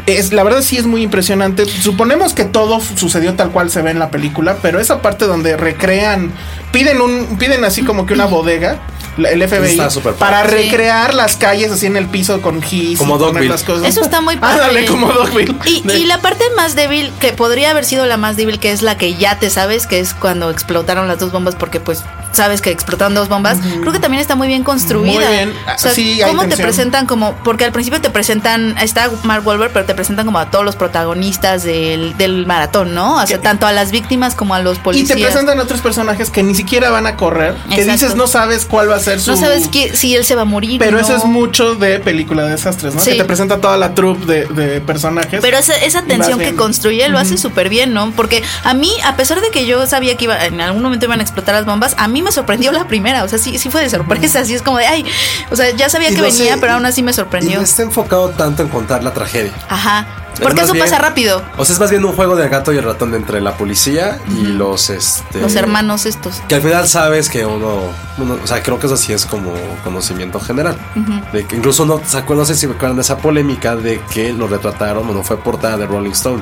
Speaker 2: Es, la verdad sí es muy impresionante. Suponemos que todo f- sucedió tal cual se ve en la película, pero esa parte donde recrean, piden un, piden así como que una bodega, la- el FBI,
Speaker 1: Está súper
Speaker 2: para
Speaker 3: padre. Sí.
Speaker 2: recrear las calles así en el piso con gis, y
Speaker 1: Como
Speaker 2: poner
Speaker 1: Dogville.
Speaker 2: las cosas.
Speaker 3: Eso está muy padre.
Speaker 2: Ándale, como Dogville.
Speaker 3: Y, y la parte más débil, que podría haber sido la más débil, que es la que ya te sabes, que es cuando explotaron las dos bombas, porque pues sabes que explotaron dos bombas, creo que también está muy bien construida.
Speaker 2: Muy bien. Ah,
Speaker 3: O sea,
Speaker 2: sí, hay
Speaker 3: ¿Cómo te
Speaker 2: tensión.
Speaker 3: presentan como.? Porque al principio te presentan. Está Mark Wahlberg, pero te presentan como a todos los protagonistas del, del maratón, ¿no? O sea,
Speaker 2: Que-
Speaker 3: tanto a las víctimas como a los
Speaker 2: Y
Speaker 3: policías.
Speaker 2: te presentan otros personajes que ni siquiera van a correr. Que
Speaker 3: Exacto.
Speaker 2: dices, no sabes cuál va a ser su.
Speaker 3: No sabes qué- si él se va a morir.
Speaker 2: Pero
Speaker 3: no.
Speaker 2: eso es mucho de película de desastres, ¿no?
Speaker 3: Sí.
Speaker 2: Que te presenta toda la troupe de, de personajes.
Speaker 3: Pero esa, esa
Speaker 2: Y vas
Speaker 3: tensión que
Speaker 2: viendo.
Speaker 3: construye lo hace súper bien, ¿no? Porque a mí, a pesar de que yo sabía que iba, en algún momento iban a explotar las bombas, a mí me sorprendió la primera. O sea, sí, sí fue de sorpresa. Así es como de, ay, o sea, ya sabía
Speaker 1: Y
Speaker 3: que
Speaker 1: no
Speaker 3: venía,
Speaker 1: sé,
Speaker 3: pero aún así me
Speaker 1: Y
Speaker 3: sorprendió.
Speaker 1: no está enfocado tanto en contar la tragedia.
Speaker 3: Ajá.
Speaker 1: Es
Speaker 3: Porque
Speaker 1: más
Speaker 3: eso
Speaker 1: bien-
Speaker 3: pasa rápido.
Speaker 1: O sea, es más bien un juego del gato y el ratón entre la policía y los este
Speaker 3: Los hermanos estos.
Speaker 1: Que al final sabes que uno, uno- o sea, creo que eso sí es como conocimiento general. De que incluso no se acuerdan, no sé si me acuerdan de esa polémica de que lo retrataron, bueno, fue portada de Rolling Stone,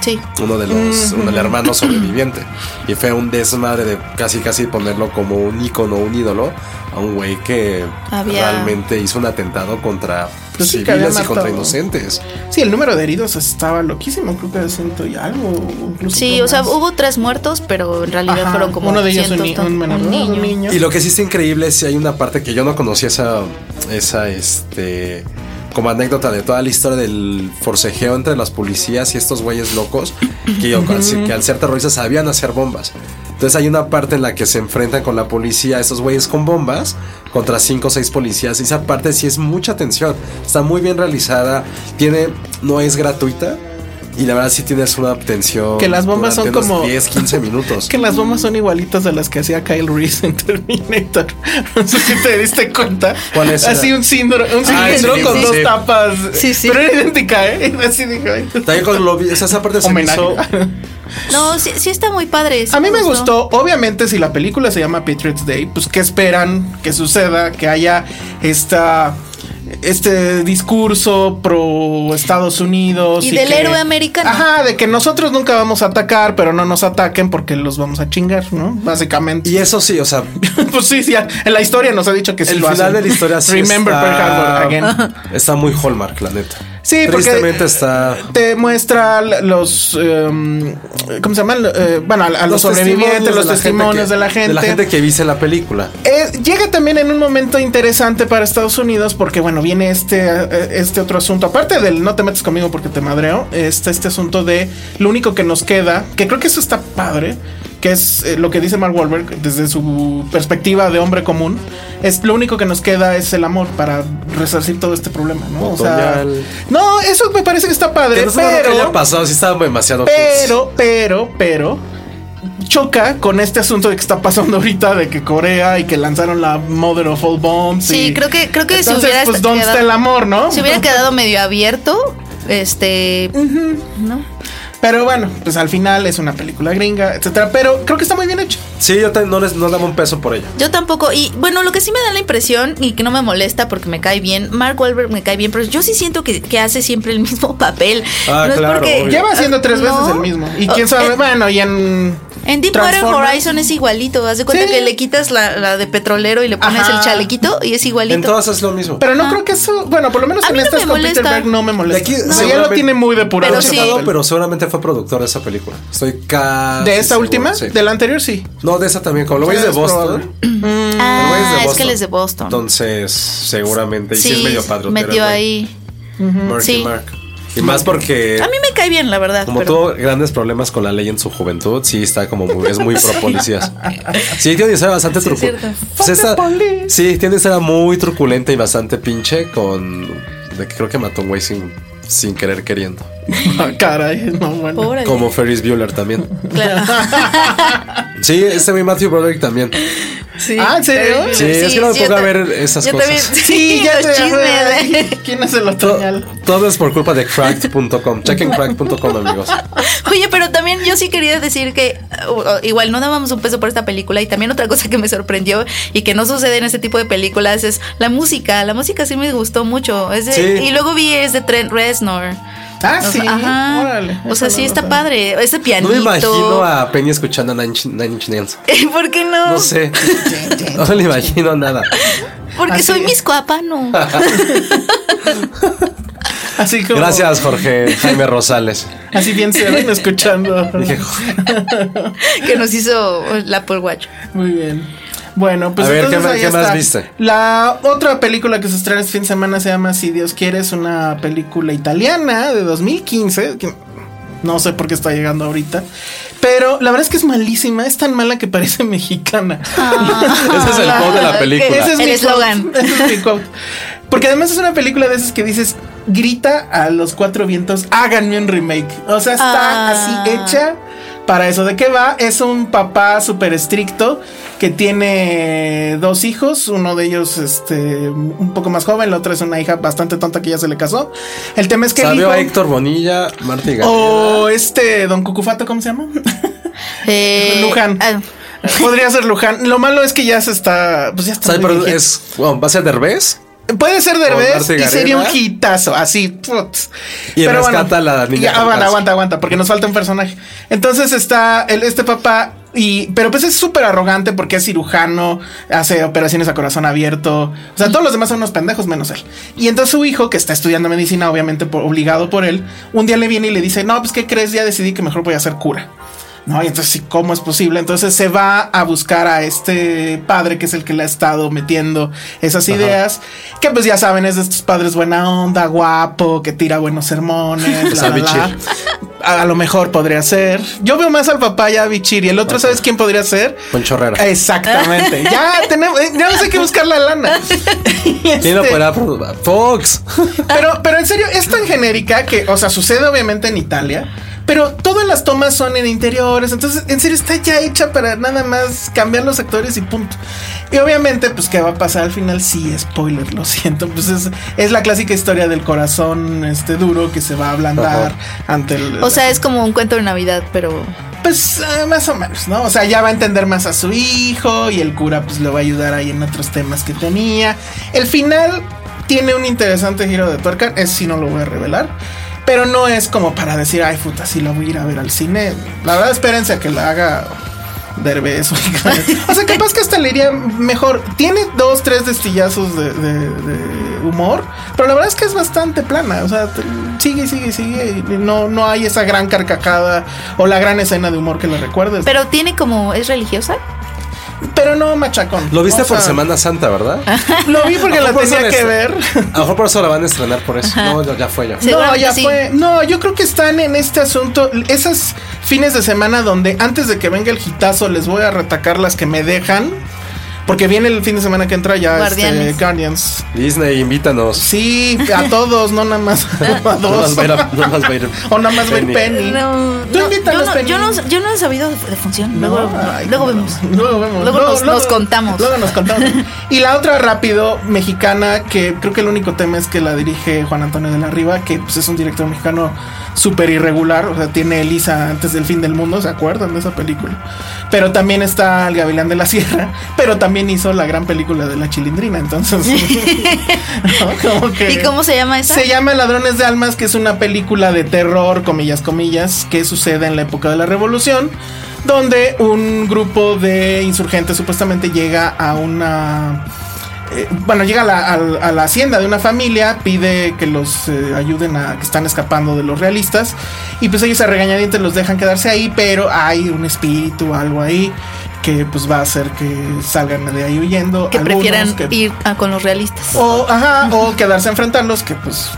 Speaker 3: Sí.
Speaker 1: uno de los, uno del hermano sobreviviente. Y fue un desmadre de casi casi ponerlo como un ícono, un ídolo, a un güey que
Speaker 3: Había-
Speaker 1: realmente hizo un atentado contra
Speaker 2: Pues sí, que había
Speaker 1: civiles y contra
Speaker 2: matado.
Speaker 1: inocentes.
Speaker 2: Sí, el número de heridos estaba loquísimo. Creo que era ciento y algo. incluso
Speaker 3: Sí,
Speaker 2: creo
Speaker 3: o sea,
Speaker 2: más.
Speaker 3: hubo tres muertos, pero en realidad
Speaker 2: Ajá,
Speaker 3: fueron como.
Speaker 2: Uno de ellos un, ni-
Speaker 3: 100,
Speaker 2: un menor,
Speaker 3: un
Speaker 2: ¿no?
Speaker 3: niño.
Speaker 2: Un niño.
Speaker 1: Y lo que sí está increíble es si hay una parte que yo no conocía esa, esa, este, como anécdota de toda la historia del forcejeo entre las policías y estos güeyes locos que, al- que al ser terroristas sabían hacer bombas. Entonces hay una parte en la que se enfrentan con la policía, estos güeyes con bombas, contra cinco o seis policías. Y esa parte sí es mucha tensión. Está muy bien realizada. Tiene, no es gratuita. Y la verdad sí tienes una tensión.
Speaker 2: Que las bombas son
Speaker 1: durante unos
Speaker 2: como-
Speaker 1: 10, 15 minutos.
Speaker 2: Que las bombas son igualitas a las que hacía Kyle Reese en Terminator. No sé si te diste cuenta.
Speaker 1: ¿Cuál es?
Speaker 2: Así un síndrome, un
Speaker 1: Ah,
Speaker 2: cilindro
Speaker 1: sí,
Speaker 2: con
Speaker 1: sí,
Speaker 2: dos
Speaker 1: sí.
Speaker 2: tapas.
Speaker 3: Sí, sí.
Speaker 2: Pero era idéntica, ¿eh? Así dije, ay,
Speaker 1: También con lo vi- o sea, esa parte se me
Speaker 2: homenaje.
Speaker 1: hizo-
Speaker 3: No, sí, sí está muy padre. sí
Speaker 2: A mí me gustó, obviamente, si la película se llama Patriots Day, pues qué esperan que suceda, que haya esta este discurso pro Estados Unidos
Speaker 3: Y del
Speaker 2: que-
Speaker 3: héroe americano.
Speaker 2: Ajá, de que nosotros nunca vamos a atacar, pero no nos ataquen porque los vamos a chingar, ¿no? Básicamente.
Speaker 1: Y eso sí, o sea,
Speaker 2: pues sí, sí, en la historia nos ha dicho que sí
Speaker 1: el
Speaker 2: lo
Speaker 1: final
Speaker 2: hacen.
Speaker 1: de la historia sí
Speaker 2: Remember
Speaker 1: está,
Speaker 2: Pearl Harbor again.
Speaker 1: Está muy Hallmark, la neta.
Speaker 2: Sí, porque-
Speaker 1: Tristemente está...
Speaker 2: Te muestra l- los. em, ¿Cómo se llaman? Eh, bueno, a, a los, sobrevivientes, los testimonios de la gente.
Speaker 1: De la gente que viste la película.
Speaker 2: Eh, llega también en un momento interesante para Estados Unidos porque, bueno, viene este, eh, este otro asunto, aparte del no te metes conmigo porque te madreo, está este asunto de lo único que nos queda, que creo que eso está padre, que es eh, lo que dice Mark Wahlberg desde su perspectiva de hombre común, es lo único que nos queda es el amor para resarcir todo este problema, ¿no? O sea,
Speaker 1: Otoñal.
Speaker 2: no, eso me parece que está padre,
Speaker 1: Que no sé lo que
Speaker 2: pero...
Speaker 1: haya pasado, sí estaba demasiado...
Speaker 3: Pues
Speaker 2: Pero, pero, pero. Choca con este asunto de que está pasando ahorita de que Corea y que lanzaron la Mother of All Bombs.
Speaker 3: Sí,
Speaker 2: y-
Speaker 3: creo que- creo que si
Speaker 2: Entonces,
Speaker 3: hubiera
Speaker 2: pues,
Speaker 3: esta-
Speaker 2: ¿dónde está
Speaker 3: quedado-
Speaker 2: el amor, no?
Speaker 3: Se hubiera quedado medio abierto. Este. ¿No?
Speaker 2: Pero bueno, pues al final es una película gringa, etcétera. Pero creo que está muy bien hecho.
Speaker 1: Sí, yo te- no les no daba un peso por ella.
Speaker 3: Yo tampoco. Y bueno, lo que sí me da la impresión y que no me molesta porque me cae bien, Mark Wahlberg me cae bien, pero yo sí siento que, que hace siempre el mismo papel.
Speaker 1: Ah,
Speaker 3: no
Speaker 1: claro,
Speaker 3: es porque.
Speaker 1: obvio.
Speaker 2: Oh, Lleva haciendo tres
Speaker 3: No.
Speaker 2: veces el mismo. Y
Speaker 3: Oh,
Speaker 2: quién sabe,
Speaker 3: en-
Speaker 2: bueno, y en.
Speaker 3: En Deepwater
Speaker 2: Transformers.
Speaker 3: Horizon es igualito. Haz de cuenta
Speaker 2: Sí.
Speaker 3: que le quitas la, la de petrolero y le pones
Speaker 2: Ajá.
Speaker 3: el chalequito y es igualito.
Speaker 1: En todas es lo mismo.
Speaker 2: Pero no creo que eso. Bueno, por lo menos
Speaker 3: A
Speaker 2: en
Speaker 3: mí no
Speaker 2: estas
Speaker 3: me
Speaker 2: con Peter
Speaker 3: molesta.
Speaker 2: Berg no me molesta.
Speaker 1: De aquí,
Speaker 2: O sea, ya lo
Speaker 1: seguramente-
Speaker 2: tiene muy depurado.
Speaker 3: Pero
Speaker 1: No he
Speaker 3: sí.
Speaker 1: checado, pero seguramente fue productor de esa película. Estoy casi
Speaker 2: ¿De esta
Speaker 1: seguro,
Speaker 2: última?
Speaker 1: sí.
Speaker 2: ¿De la anterior? Sí.
Speaker 1: No, de esa también. Como lo veis de
Speaker 2: Es probable.
Speaker 1: Boston. El güey
Speaker 3: ah,
Speaker 1: de
Speaker 3: es que él es de Boston.
Speaker 1: Entonces, seguramente. Y sí, es medio padrotero, el
Speaker 3: metió
Speaker 1: güey.
Speaker 3: ahí.
Speaker 1: Marky
Speaker 3: Sí.
Speaker 1: Mark. Y más porque.
Speaker 3: A mí me cae bien, la verdad.
Speaker 1: Como
Speaker 3: pero-
Speaker 1: tuvo grandes problemas con la ley en su juventud, sí está como muy, es muy pro policías. Sí, tiene una historia bastante truculenta. pues sí, tiene una historia muy truculenta y bastante pinche con. De que creo que mató a un güey sin, sin querer queriendo.
Speaker 2: Ah, Caray, no, bueno.
Speaker 3: Órale.
Speaker 1: Como Ferris Bueller también.
Speaker 3: Claro.
Speaker 1: Sí, este güey Matthew Broderick también.
Speaker 3: Sí.
Speaker 2: Ah, ¿en serio?
Speaker 1: Sí, es que no me
Speaker 3: yo
Speaker 1: pongo a
Speaker 3: ta-
Speaker 1: ver esas
Speaker 3: yo
Speaker 1: cosas.
Speaker 3: También,
Speaker 2: Sí, ya
Speaker 3: los
Speaker 2: te
Speaker 3: chismes. ¿eh?
Speaker 2: ¿Quién es el
Speaker 1: To-
Speaker 2: otoñal?
Speaker 1: todo es por culpa de cracked.com. Chequen cracked.com, amigos.
Speaker 3: Oye, pero también yo sí quería decir que uh, uh, igual no dábamos un peso por esta película y también otra cosa que me sorprendió y que no sucede en este tipo de películas es la música. La música sí me gustó mucho. Es de-
Speaker 1: Sí.
Speaker 3: Y luego vi es de Trent Reznor.
Speaker 2: Ah,
Speaker 3: O sea,
Speaker 2: sí.
Speaker 3: ajá.
Speaker 2: Órale.
Speaker 3: O sea,
Speaker 2: Esa
Speaker 3: sí
Speaker 2: no
Speaker 3: está
Speaker 2: lo
Speaker 3: padre. Ese
Speaker 1: No
Speaker 3: pianito.
Speaker 1: me imagino a Penny escuchando Nine Inch, Nine Inch Nails.
Speaker 3: ¿Por qué no?
Speaker 1: No sé. No le imagino nada.
Speaker 3: Porque
Speaker 2: Así
Speaker 3: soy
Speaker 2: es.
Speaker 3: miscoapano.
Speaker 2: sabía. Así como.
Speaker 1: Gracias, Jorge Jaime Rosales.
Speaker 2: Así bien se ven escuchando.
Speaker 1: Dije,
Speaker 3: que nos hizo el Apple Watch.
Speaker 2: Muy bien. Bueno, pues
Speaker 1: A ver,
Speaker 2: entonces
Speaker 1: ¿qué ma-
Speaker 2: ahí
Speaker 1: qué más
Speaker 2: está.
Speaker 1: viste?
Speaker 2: La otra película que se estrena este fin de semana se llama Si Dios quiere, es una película italiana de 2015. que no sé por qué está llegando ahorita. Pero la verdad es que es malísima. Es tan mala que parece mexicana.
Speaker 1: Ese es el quote de la película.
Speaker 2: Ese es
Speaker 3: El
Speaker 2: mi
Speaker 3: eslogan.
Speaker 2: quote, ese es mi quote. Porque además es una película de esas que dices, grita a los cuatro vientos, háganme un remake. O sea, está
Speaker 3: Ah.
Speaker 2: así hecha para eso. ¿De qué va? Es un papá súper estricto que tiene dos hijos. Uno de ellos, este, un poco más joven, la otra es una hija bastante tonta que ya se le casó. El tema es que. el
Speaker 1: Salió
Speaker 2: hijo-
Speaker 1: a Héctor Bonilla, Marta y Gareda.
Speaker 2: O este, don Cucufato, ¿cómo se llama?
Speaker 3: Eh,
Speaker 2: Luján.
Speaker 3: ah,
Speaker 2: Podría ser Luján. Lo malo es que ya se está. Pues ya
Speaker 1: O
Speaker 2: está.
Speaker 1: sea,
Speaker 2: muy
Speaker 1: pero
Speaker 2: viejito.
Speaker 1: es, bueno, va a ser Derbez
Speaker 2: Puede ser Derbez
Speaker 1: Darcy
Speaker 2: y sería un
Speaker 1: Garena.
Speaker 2: hitazo, así. putz.
Speaker 1: Y rescata a la niña
Speaker 2: ya,
Speaker 1: con
Speaker 2: aguanta,
Speaker 1: cáncer.
Speaker 2: aguanta, aguanta, porque nos falta un personaje. Entonces está el, este papá y pero pues es súper arrogante porque es cirujano, hace operaciones a corazón abierto. O sea, todos los demás son unos pendejos menos él. Y entonces su hijo que está estudiando medicina, obviamente por- obligado por él, un día le viene y le dice, "No, pues qué crees, ya decidí que mejor voy a ser cura." No, y entonces, sí, ¿cómo es posible? Entonces se va a buscar a este padre que es el que le ha estado metiendo esas ideas, que pues ya saben, es de estos padres buena onda, guapo, que tira buenos sermones. bla, bla, bla.
Speaker 1: Avicii.
Speaker 2: A lo mejor podría ser. Yo veo más al papá ya Bichir y el otro, ¿sabes quién podría ser?
Speaker 1: Poncho Herrera.
Speaker 2: Exactamente. ya tenemos, eh, ya no sé qué buscar la lana.
Speaker 1: ¿Quién lo
Speaker 6: pues,
Speaker 2: Este-
Speaker 1: podrá produ- Fox.
Speaker 2: pero, pero en serio, es tan genérica que, o sea, sucede obviamente en Italia, pero todas las tomas son en interiores. Entonces, en serio, está ya hecha para nada más cambiar los actores y punto. Y obviamente, pues, ¿qué va a pasar al final? Sí, spoiler, lo siento. Pues es, es la clásica historia del corazón este duro que se va a ablandar ante el.
Speaker 3: o sea, es como un cuento de Navidad, pero
Speaker 2: Pues eh, más o menos, ¿no? O sea, ya va a entender más a su hijo y el cura pues le va a ayudar ahí en otros temas que tenía. El final tiene un interesante giro de tuerca, eso sí no lo voy a revelar. Pero no es como para decir, ay, puta, sí la voy a ir a ver al cine. La verdad, espérense a que la haga Derbez. oiga. O sea, capaz que hasta le iría mejor. Tiene dos, tres destillazos de, de- de humor, pero la verdad es que es bastante plana. O sea, te- sigue, sigue, sigue. y No, no hay esa gran carcajada o la gran escena de humor que le recuerdes. Pero,
Speaker 3: pero tiene como es religiosa.
Speaker 2: no machacón.
Speaker 1: Lo viste
Speaker 2: O
Speaker 1: por
Speaker 2: sea,
Speaker 1: Semana Santa, ¿verdad?
Speaker 2: Lo vi porque la
Speaker 1: Por eso
Speaker 2: tenía
Speaker 1: les-
Speaker 2: que ver.
Speaker 1: A lo mejor por eso la van a estrenar por eso. No, ya- ya fue ya.
Speaker 2: No,
Speaker 3: Seguramente
Speaker 2: ya
Speaker 3: sí.
Speaker 2: fue. No, yo creo que están en este asunto. Esas fines de semana donde antes de que venga el hitazo les voy a retacar las que me dejan. Porque viene el fin de semana que entra ya Guardians.
Speaker 3: Guardianes.
Speaker 2: Guardians.
Speaker 1: Disney, invítanos.
Speaker 2: Sí, a todos, no nada más a
Speaker 1: No
Speaker 2: dos.
Speaker 1: más va a ir a- no más va a ir
Speaker 2: o nada más ver Penny.
Speaker 3: No,
Speaker 2: Tú
Speaker 3: no,
Speaker 2: invítanos,
Speaker 3: yo, no,
Speaker 2: Penny.
Speaker 3: yo, no, yo no he sabido de función. Luego,
Speaker 2: ay,
Speaker 3: luego
Speaker 2: no.
Speaker 3: vemos.
Speaker 2: Luego vemos.
Speaker 3: Luego nos- nos contamos.
Speaker 2: Luego nos contamos. y la otra rápido mexicana, que creo que el único tema es que la dirige Juan Antonio de la Riva, que pues, es un director mexicano súper irregular. O sea, tiene Elisa antes del fin del mundo, ¿se acuerdan de esa película? Pero también está El Gavilán de la Sierra, pero también hizo la gran película de la chilindrina. Entonces, ¿no? Como que-
Speaker 3: ¿Y cómo se llama esa?
Speaker 2: se llama Ladrones de Almas, que es una película de terror, comillas, comillas, que sucede en la época de la Revolución, donde un grupo de insurgentes supuestamente llega a una... eh, bueno, llega a la, al- a la hacienda de una familia, pide que los eh, ayuden a que están escapando de los realistas y pues ellos a regañadientes los dejan quedarse ahí, pero hay un espíritu, algo ahí que pues va a hacer que salgan de ahí huyendo.
Speaker 3: que
Speaker 2: Algunos
Speaker 3: prefieran
Speaker 2: que-
Speaker 3: ir a- con los realistas.
Speaker 2: o, ajá, o quedarse a enfrentarlos, que pues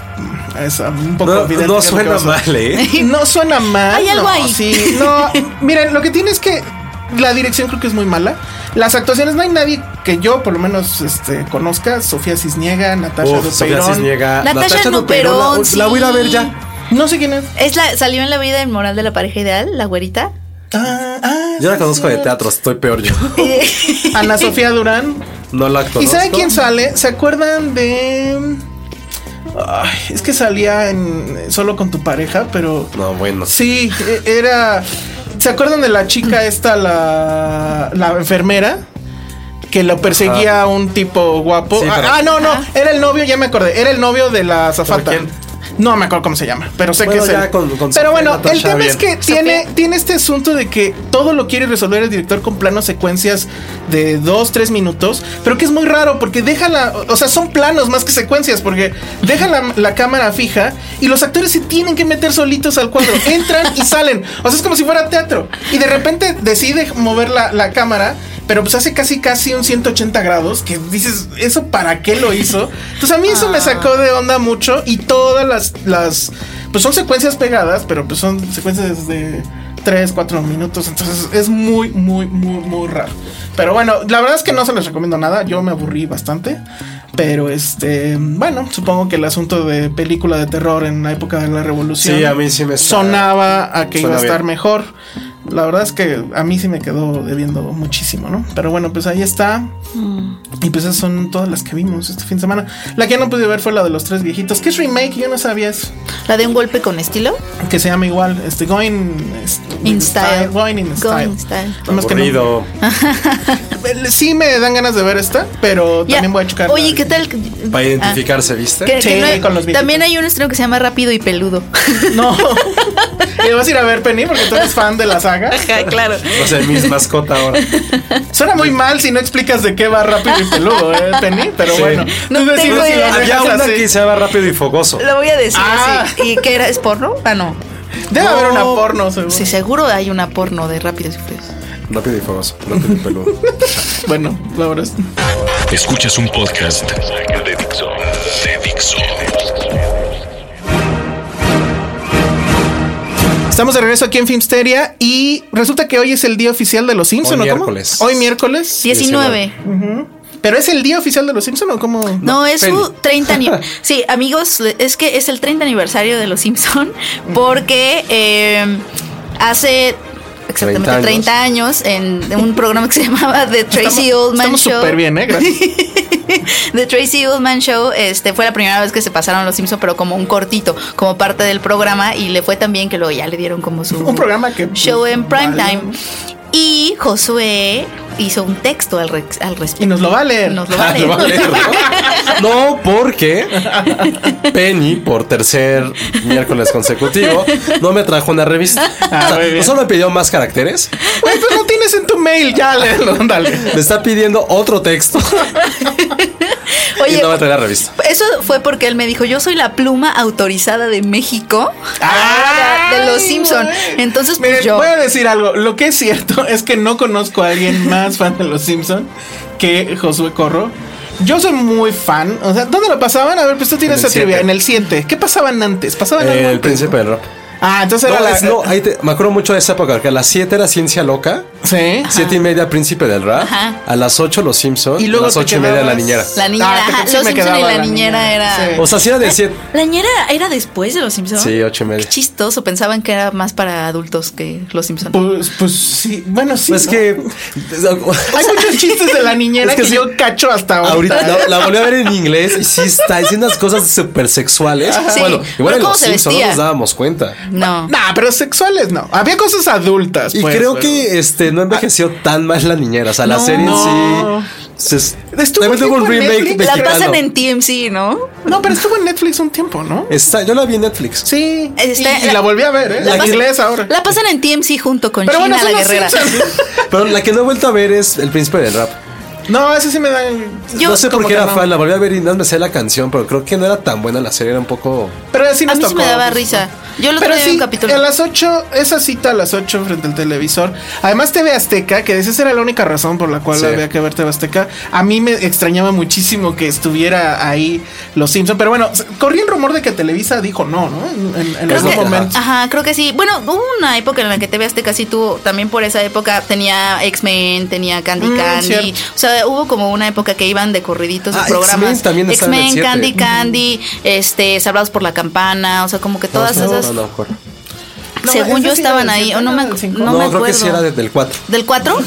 Speaker 2: es un poco
Speaker 1: No,
Speaker 2: evidente
Speaker 1: no
Speaker 2: que es lo que va
Speaker 1: suena
Speaker 2: a ser.
Speaker 1: mal, ¿eh?
Speaker 2: No suena mal.
Speaker 3: Hay algo
Speaker 2: no,
Speaker 3: ahí.
Speaker 2: Sí, no. Miren, lo que tiene es que la dirección creo que es muy mala. Las actuaciones no hay nadie que yo por lo menos este, conozca. Sofía Cisniega, Natasha
Speaker 1: Uf, Sofía
Speaker 2: Dupeirón.
Speaker 1: Cisniega.
Speaker 3: Natasha
Speaker 1: Dupeirón, la-
Speaker 3: Dupeirón,
Speaker 1: La voy a ir a ver
Speaker 3: sí.
Speaker 1: ya.
Speaker 2: No sé quién es.
Speaker 3: Es la, salió en la vida inmoral de la pareja ideal, la güerita.
Speaker 2: Ah, ah,
Speaker 1: Yo la conozco de
Speaker 2: sí.
Speaker 1: teatro, estoy peor yo.
Speaker 3: Eh,
Speaker 2: Ana Sofía Durán.
Speaker 1: No la conozco.
Speaker 2: ¿Y saben quién sale? ¿Se acuerdan de...? Ay, es que salía en Solo con tu pareja, pero...
Speaker 1: No, bueno.
Speaker 2: Sí, e- era. ¿Se acuerdan de la chica esta, la, la enfermera? Que lo perseguía un tipo guapo.
Speaker 1: Sí,
Speaker 2: ah,
Speaker 1: pero-
Speaker 2: ah, no, no, era el novio, ya me acordé. Era el novio de la azafata.
Speaker 1: quién?
Speaker 2: No me acuerdo cómo se llama, pero sé
Speaker 1: Bueno,
Speaker 2: que es
Speaker 1: ya
Speaker 2: él.
Speaker 1: con- con Sofía
Speaker 2: pero bueno,
Speaker 1: Natasha
Speaker 2: el tema es que
Speaker 1: bien.
Speaker 2: tiene, tiene este asunto de que todo lo quiere resolver el director con planos secuencias de dos, tres minutos, pero que es muy raro porque deja la, o sea, son planos más que secuencias porque deja la, la cámara fija y los actores se tienen que meter solitos al cuadro, entran y salen, o sea, es como si fuera teatro y de repente decide mover la, la cámara. pero pues hace casi casi un 180 grados que dices, ¿eso para qué lo hizo? Entonces a mí eso me sacó de onda mucho y todas las, las, pues son secuencias pegadas, pero pues son secuencias de 3, 4 minutos, entonces es muy, muy, muy, muy raro. Pero bueno, la verdad es que no se les recomiendo nada, yo me aburrí bastante. Pero este, bueno, supongo que el asunto de película de terror en la época de la revolución
Speaker 1: Sí, a mí sí me está-
Speaker 2: sonaba a que iba
Speaker 1: Suena
Speaker 2: a estar
Speaker 1: bien.
Speaker 2: mejor. La verdad es que a mí sí me quedó debiendo muchísimo, ¿no? Pero bueno, pues ahí está.
Speaker 3: Mm.
Speaker 2: Y pues esas son todas las que vimos este fin de semana. La que no pude ver fue la de los tres viejitos, que es remake, yo no sabía eso.
Speaker 3: La de un golpe con estilo.
Speaker 2: Que se llama igual, este, Going este,
Speaker 3: In Style.
Speaker 2: Going in
Speaker 3: Going
Speaker 2: Style.
Speaker 3: in Style.
Speaker 2: Nada más que no- Eh,
Speaker 1: Aburrido.
Speaker 2: sí me dan ganas de ver esta, pero
Speaker 3: Ya.
Speaker 2: también voy a checar. la
Speaker 3: Oye, ¿qué
Speaker 2: original.
Speaker 3: tal?
Speaker 1: Para identificarse,
Speaker 3: Ah,
Speaker 1: ¿viste?
Speaker 3: que- que
Speaker 2: Sí,
Speaker 3: no hay-
Speaker 2: con los viejitos.
Speaker 3: también hay un estreno que se llama Rápido y Peludo.
Speaker 2: No. ¿Y vas a ir a ver Penny porque tú eres fan de la saga?
Speaker 3: Ajá, claro.
Speaker 1: No sé, mis mascota ahora.
Speaker 2: Suena muy mal si no explicas de qué va rápido y peludo, ¿eh, Penny? Pero
Speaker 1: Sí.
Speaker 2: bueno.
Speaker 3: No
Speaker 2: tú decides
Speaker 3: tengo
Speaker 2: si
Speaker 3: idea.
Speaker 2: lo dejas
Speaker 1: Había una
Speaker 2: así.
Speaker 1: que se llama Rápido y Fogoso.
Speaker 3: Lo voy a decir
Speaker 2: Ah.
Speaker 3: así. ¿Y qué era? ¿Es porno? Ah, no.
Speaker 2: Debe haber una
Speaker 1: No.
Speaker 2: porno, seguro.
Speaker 3: Sí, seguro hay una porno de Rápido y Furioso.
Speaker 1: Rápido y Fogoso. Rápido y peludo.
Speaker 2: Bueno, la verdad es-
Speaker 5: Escuchas un podcast de Dixo. De Dixo.
Speaker 2: Estamos de regreso aquí en Filmsteria y resulta que hoy es el día oficial de los Simpson,
Speaker 1: Hoy
Speaker 2: ¿o cómo?
Speaker 1: miércoles.
Speaker 2: Hoy miércoles.
Speaker 3: 19.
Speaker 2: ¿Pero es el día oficial de los Simpson o cómo?
Speaker 3: No, es
Speaker 1: Penny.
Speaker 3: su 30 aniversario. Sí, amigos, le- es que es el 30 aniversario de Los Simpson porque eh, hace exactamente 30 años, en en un programa que se llamaba The Tracy
Speaker 2: Estamos-
Speaker 3: Oldman
Speaker 2: Estamos
Speaker 3: Show.
Speaker 2: súper bien, ¿eh? Gracias.
Speaker 3: The Tracy Ullman Show este, fue la primera vez que se pasaron Los Simpson, pero como un cortito, como parte del programa, y le fue tan bien que luego ya le dieron como su
Speaker 2: Un programa que, pues,
Speaker 3: show en prime
Speaker 2: vale.
Speaker 3: time. Y Josué hizo un texto al, re- al respecto.
Speaker 2: Y nos lo vale.
Speaker 3: Nos lo va a
Speaker 1: Ah, lo va a
Speaker 3: leer.
Speaker 1: leer, ¿no? No, porque Penny, por tercer miércoles consecutivo, no me trajo una revista.
Speaker 2: Ah,
Speaker 1: O sea,
Speaker 2: muy bien.
Speaker 1: no solo me pidió más caracteres,
Speaker 2: Güey, tú no tienes en tu mail, ya, léelo, dale.
Speaker 1: me está pidiendo otro texto y
Speaker 3: Oye,
Speaker 1: no me trae la revista.
Speaker 3: eso fue porque él me dijo, yo soy la pluma autorizada de México, de
Speaker 2: Ah,
Speaker 3: Los
Speaker 2: Ay,
Speaker 3: Simpson.
Speaker 2: güey.
Speaker 3: Entonces, pues
Speaker 2: Miren,
Speaker 3: yo...
Speaker 2: voy a decir algo. Lo que es cierto es que no conozco a alguien más fan de los Simpson que Josué Corro. Yo soy muy fan. O sea, ¿dónde lo pasaban? A ver, pues tú tienes
Speaker 1: En el
Speaker 2: esa trivia.
Speaker 1: siete. Eh,
Speaker 2: En el 7. ¿Qué pasaban antes? Pasaban algo
Speaker 1: El
Speaker 2: antes,
Speaker 1: príncipe
Speaker 2: ¿no?
Speaker 1: del rock.
Speaker 2: Ah, entonces
Speaker 1: No,
Speaker 2: era la.
Speaker 1: es- no, ahí te- me acuerdo mucho de esa época, que a las 7 era ciencia loca,
Speaker 2: Sí.
Speaker 1: 7 y media príncipe del rap,
Speaker 3: Ajá.
Speaker 1: a las 8 los Simpsons,
Speaker 2: Y luego
Speaker 1: a las
Speaker 2: te
Speaker 1: 8 y media la
Speaker 2: quedabas-
Speaker 1: niñera.
Speaker 3: La niñera,
Speaker 2: Ah, que
Speaker 3: ajá,
Speaker 2: sí
Speaker 3: Los
Speaker 2: me
Speaker 3: Simpson y
Speaker 2: quedaba
Speaker 3: la
Speaker 2: la
Speaker 3: niñera
Speaker 2: niñera, sí.
Speaker 3: era...
Speaker 1: O sea, si era de 7.
Speaker 3: La niñera era después de Los Simpson.
Speaker 1: Sí, 8 y
Speaker 3: Qué
Speaker 1: media.
Speaker 3: chistoso, pensaban que era más para adultos que Los Simpson.
Speaker 2: Pues, pues sí. Bueno, sí.
Speaker 1: Pues
Speaker 2: ¿no?
Speaker 1: que.
Speaker 2: Hay muchos chistes de la niñera
Speaker 1: Es que
Speaker 2: que,
Speaker 1: sí.
Speaker 2: yo cacho hasta ahora.
Speaker 1: Ahorita la, la volví a ver en inglés y sí está diciendo unas cosas súper sexuales.
Speaker 3: Sí,
Speaker 1: ah, Bueno,
Speaker 3: pero
Speaker 1: igual en
Speaker 3: ¿cómo
Speaker 1: los
Speaker 3: se
Speaker 1: Simpsons no
Speaker 3: vestía?
Speaker 1: nos dábamos cuenta.
Speaker 3: No.
Speaker 2: Nah, pero sexuales no. Había cosas adultas.
Speaker 1: Y
Speaker 2: pues,
Speaker 1: creo
Speaker 2: pero-
Speaker 1: que este no envejeció tan mal la niñera. O sea, la serie en sí. se-
Speaker 2: Estuvo
Speaker 1: también tuvo un
Speaker 2: bien con
Speaker 1: remake
Speaker 2: Netflix.
Speaker 3: La
Speaker 1: mexicano.
Speaker 3: pasan en TMC, ¿no?
Speaker 2: No, pero estuvo en Netflix un tiempo, ¿no?
Speaker 1: Está, yo la vi en Netflix.
Speaker 2: Sí.
Speaker 3: Está-
Speaker 2: y, y la volví a ver, ¿eh?
Speaker 1: La
Speaker 2: La,
Speaker 1: que-
Speaker 2: inglés ahora.
Speaker 3: La pasan en TMC junto con
Speaker 2: pero
Speaker 3: China
Speaker 2: bueno, son
Speaker 3: la
Speaker 2: los
Speaker 3: guerrera.
Speaker 2: Simpsons.
Speaker 1: Pero la que no he vuelto a ver es El Príncipe del Rap.
Speaker 2: No, ese sí me dan.
Speaker 3: Yo-
Speaker 1: no sé por
Speaker 3: como
Speaker 1: qué
Speaker 3: que
Speaker 1: era
Speaker 3: no.
Speaker 1: fan, la volví a ver y no me sé la canción, pero creo que no era tan buena la serie, era un poco.
Speaker 2: Pero así
Speaker 3: A
Speaker 2: nos
Speaker 3: mí sí
Speaker 2: tocó,
Speaker 3: me daba
Speaker 2: pues,
Speaker 3: risa.
Speaker 2: ¿no?
Speaker 3: Yo lo
Speaker 2: Pero
Speaker 3: otro día vi
Speaker 2: sí,
Speaker 3: un capítulo.
Speaker 2: a las 8, esa cita a las 8 frente al televisor. Además, TV Azteca, que esa era la única razón por la cual
Speaker 1: Sí.
Speaker 2: había que ver TV Azteca. A mí me extrañaba muchísimo que estuviera ahí Los Simpsons. Pero bueno, corría el rumor de que Televisa dijo no, ¿no? En, en- en
Speaker 1: Creo
Speaker 2: algún
Speaker 1: que-
Speaker 2: momento.
Speaker 3: Ajá, creo que sí. Bueno, hubo una época en la que TV Azteca sí tuvo, también por esa época tenía X-Men, tenía Candy
Speaker 2: Mm,
Speaker 3: Candy.
Speaker 2: cierto.
Speaker 3: O sea, hubo como una época que iban de corriditos
Speaker 1: Ah,
Speaker 3: de programas.
Speaker 1: X-Men también estaba en el
Speaker 3: X-Men,
Speaker 1: siete.
Speaker 3: Candy Candy, este, Salvados por la Campana, o sea, como que todas
Speaker 1: no,
Speaker 3: esas,
Speaker 1: No, no, me acuerdo.
Speaker 2: No,
Speaker 3: según
Speaker 2: esa
Speaker 3: yo
Speaker 2: sí
Speaker 3: estaban
Speaker 2: era del
Speaker 3: ahí,
Speaker 2: siete,
Speaker 3: o no
Speaker 2: era
Speaker 3: me,
Speaker 2: del
Speaker 3: ac-
Speaker 2: cinco.
Speaker 3: no me
Speaker 1: creo
Speaker 3: acuerdo.
Speaker 1: que sí era desde el 4.
Speaker 3: ¿Del 4?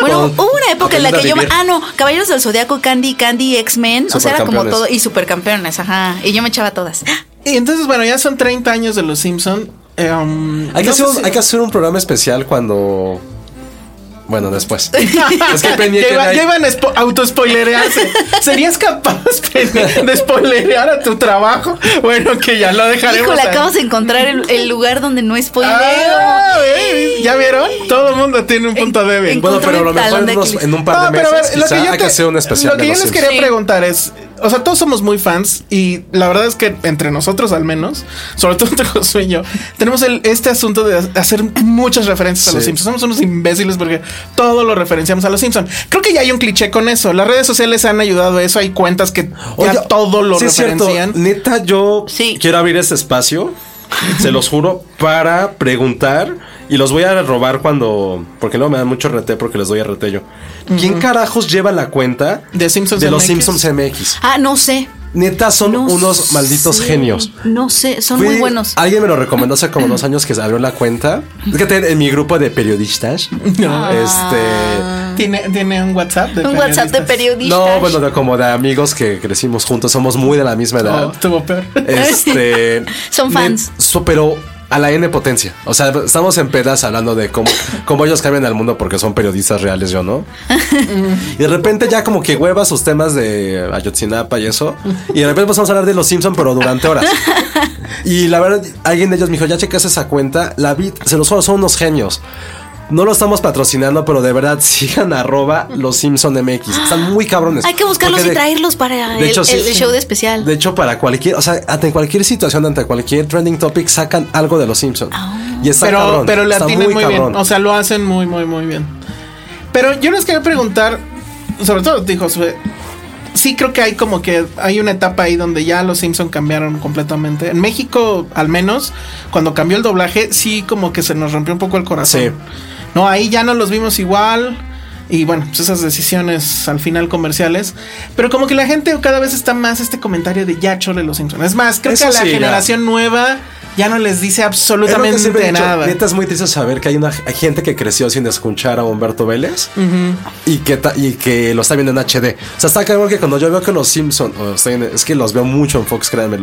Speaker 3: bueno,
Speaker 1: Con-
Speaker 3: hubo una época en la
Speaker 1: con
Speaker 3: que yo.
Speaker 1: Linda Rivière.
Speaker 3: Ah, no, Caballeros del Zodiaco, Candy, Candy, X-Men. O sea, era como
Speaker 1: Supercampeones.
Speaker 3: todo. Y supercampeones, ajá. Y yo me echaba todas.
Speaker 2: Y entonces, bueno, ya son 30 años de Los Simpson. Eh, um,
Speaker 1: Hay que,
Speaker 2: no
Speaker 1: hacer
Speaker 2: sé
Speaker 1: un,
Speaker 2: si-
Speaker 1: hay que hacer un programa especial cuando. Bueno, después. es que Penny
Speaker 2: Ya,
Speaker 1: tiene
Speaker 2: iba-
Speaker 1: ahí-
Speaker 2: ya iban a spo- autospoilerearse. ¿Serías capaz Penny, de spoilerear a tu trabajo? Bueno, que ya lo dejaremos.
Speaker 3: Híjole,
Speaker 2: ahí.
Speaker 3: acabas de encontrar el, el lugar donde no es spoileo.
Speaker 2: Ah, ¿ves? ¿Ya vieron? Todo el mundo tiene un punto débil.
Speaker 1: Bueno,
Speaker 3: Bueno, encontré
Speaker 1: pero a lo
Speaker 3: mi talón
Speaker 1: mejor en,
Speaker 3: de
Speaker 1: unos-
Speaker 3: Aquiles.
Speaker 1: en un par de
Speaker 2: No,
Speaker 1: meses
Speaker 2: pero a ver,
Speaker 1: quizá hay
Speaker 2: te-
Speaker 1: que hacer un especial
Speaker 2: lo que
Speaker 1: de
Speaker 2: yo
Speaker 1: los
Speaker 2: les
Speaker 1: Sims.
Speaker 2: quería
Speaker 3: Sí.
Speaker 2: preguntar es, o sea, todos somos muy fans y la verdad es que entre nosotros al menos, sobre todo entre Josué y yo, tenemos el- este asunto de hacer muchas referencias a los
Speaker 1: Sí.
Speaker 2: Simpsons. Somos unos imbéciles porque todo lo referenciamos a los Simpsons. Creo que ya hay un cliché con eso. Las redes sociales han ayudado a eso. Hay cuentas que
Speaker 1: Oye,
Speaker 2: ya todo lo
Speaker 1: sí es cierto.
Speaker 2: referencian.
Speaker 1: Neta, yo
Speaker 3: Sí.
Speaker 1: quiero abrir este espacio, se los juro, para preguntar y los voy a robar cuando. Porque luego me dan mucho RT porque les doy RT yo. ¿Quién carajos lleva la cuenta
Speaker 2: ¿De Simpsons
Speaker 1: de los
Speaker 2: MX?
Speaker 1: Simpsons MX?
Speaker 3: Ah, no sé.
Speaker 1: Neta, son
Speaker 3: No
Speaker 1: unos malditos
Speaker 3: sé.
Speaker 1: genios.
Speaker 3: No sé, son
Speaker 1: Fui-
Speaker 3: muy buenos.
Speaker 1: Alguien me lo recomendó hace como dos años que se abrió la cuenta. Es que te- en mi grupo de periodistas. Este.
Speaker 2: ¿Tiene, tiene un WhatsApp de
Speaker 3: Un WhatsApp de
Speaker 2: periodistas.
Speaker 3: Ah. periodistas.
Speaker 1: No, bueno, de- como de amigos que crecimos juntos, somos muy de la misma edad.
Speaker 2: Oh, estuvo peor.
Speaker 1: Este.
Speaker 3: Son fans.
Speaker 1: me- so- pero a la N potencia. O sea, estamos en pedas hablando de cómo, cómo ellos cambian al mundo porque son periodistas reales, yo no. y de repente ya como que hueva sus temas de Ayotzinapa y eso. Y de repente pasamos a hablar de los Simpson, pero durante horas. Y la verdad, alguien de ellos me dijo, ya checas esa cuenta, la vi, se los juro, son unos genios. No lo estamos patrocinando, pero de verdad sigan arroba los Simpson MX. Están muy cabrones.
Speaker 3: Hay que buscarlos
Speaker 1: Porque
Speaker 3: y
Speaker 1: de-
Speaker 3: traerlos para
Speaker 1: de
Speaker 3: el,
Speaker 1: hecho, sí.
Speaker 3: el- el show de especial.
Speaker 1: de hecho, para cualquier, o sea, ante cualquier situación, ante cualquier trending topic, sacan algo de los Simpsons. Y está
Speaker 2: pero,
Speaker 1: cabrón.
Speaker 2: pero le
Speaker 1: está
Speaker 2: atinan muy, bien.
Speaker 1: cabrón.
Speaker 2: O sea, lo hacen muy, muy, muy bien. Pero yo les quería preguntar, sobre todo, dijo Sue, sí creo que hay como que hay una etapa ahí donde ya los Simpson cambiaron completamente. En México, al menos, cuando cambió el doblaje, sí como que se nos rompió un poco el corazón.
Speaker 1: Sí.
Speaker 2: No, ahí ya no los vimos igual. Y bueno, pues esas decisiones al final comerciales. Pero como que la gente cada vez está más este comentario de ya chole los Simpsons. Es más, creo
Speaker 1: Eso
Speaker 2: que a la
Speaker 1: sí, ya.
Speaker 2: generación nueva ya no les dice
Speaker 1: Es lo que
Speaker 2: absolutamente
Speaker 1: siempre he dicho.
Speaker 2: nada.
Speaker 1: Neta es muy triste saber que hay una hay gente que creció sin escuchar a Humberto Vélez y, que ta- y que lo está viendo en HD. O sea, está cabrón que cuando yo veo que los Simpsons, es que los veo mucho en Fox, créanme,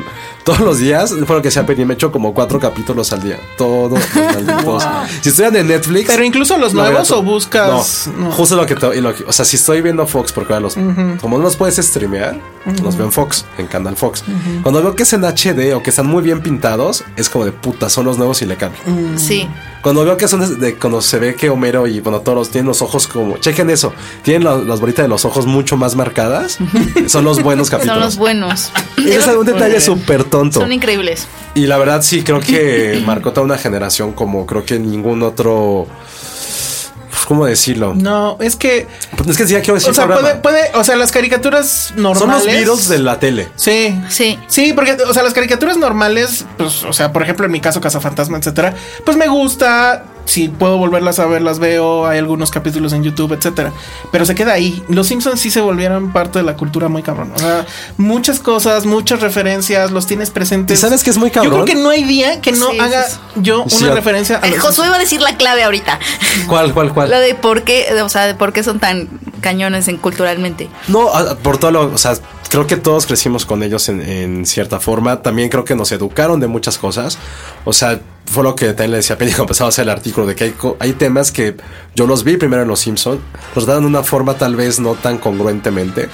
Speaker 1: todos los días, fue lo que sea, pero me echo como cuatro capítulos al día. Todos los malditos. Si estuvieran en Netflix.
Speaker 2: Pero incluso los
Speaker 1: lo
Speaker 2: nuevos
Speaker 1: veo
Speaker 2: o
Speaker 1: todo.
Speaker 2: buscas.
Speaker 1: No,
Speaker 2: No.
Speaker 1: justo lo que, te- y lo que- O sea, si estoy viendo Fox, porque ahora los. Como no los puedes streamear, los veo en Fox, en Canal Fox. Cuando veo que es en HD o que están muy bien pintados, es como de puta, son los nuevos y le cambio.
Speaker 3: sí.
Speaker 1: Cuando veo que son de, de- cuando se ve que Homero y bueno, todos tienen los ojos como, chequen eso, tienen la- las bolitas de los ojos mucho más marcadas, son los buenos capítulos.
Speaker 3: Son los buenos.
Speaker 1: Y ese es un detalle súper tonto.
Speaker 3: Son increíbles.
Speaker 1: Y la verdad sí creo que marcó toda una generación como creo que ningún otro pues, ¿cómo decirlo? Pues,
Speaker 2: No, es que.
Speaker 1: Es que sí, ya quiero decir
Speaker 2: O sea,
Speaker 1: programa.
Speaker 2: puede, puede. O sea, las caricaturas normales.
Speaker 1: Son los virus de la tele.
Speaker 2: Sí.
Speaker 3: Sí.
Speaker 2: Sí, porque, o sea, las caricaturas normales, pues, o sea, por ejemplo, en mi caso, Cazafantasma, etcétera, pues me gusta. Si puedo volverlas a ver, las veo. Hay algunos capítulos en YouTube, etcétera. Pero se queda ahí. Los Simpsons sí se volvieron parte de la cultura muy cabrón. O sea, muchas cosas, muchas referencias, los tienes presentes.
Speaker 1: ¿Y sabes qué es muy cabrón?
Speaker 2: Yo creo que no hay día que no
Speaker 3: Sí, sí,
Speaker 2: haga
Speaker 3: sí.
Speaker 2: yo una
Speaker 1: Sí, a-
Speaker 2: referencia a
Speaker 3: Eh,
Speaker 2: los
Speaker 3: Josué va a decir la clave ahorita.
Speaker 1: ¿Cuál, cuál, cuál?
Speaker 3: Lo de por qué, o sea, de por qué son tan cañones en culturalmente.
Speaker 1: No, a- por todo lo, o sea, creo que todos crecimos con ellos en, en cierta forma. También creo que nos educaron de muchas cosas. O sea, fue lo que también le decía a Penny cuando empezaba a hacer el artículo de que hay, co- hay temas que yo los vi primero en Los Simpson, los dan de una forma tal vez no tan congruentemente.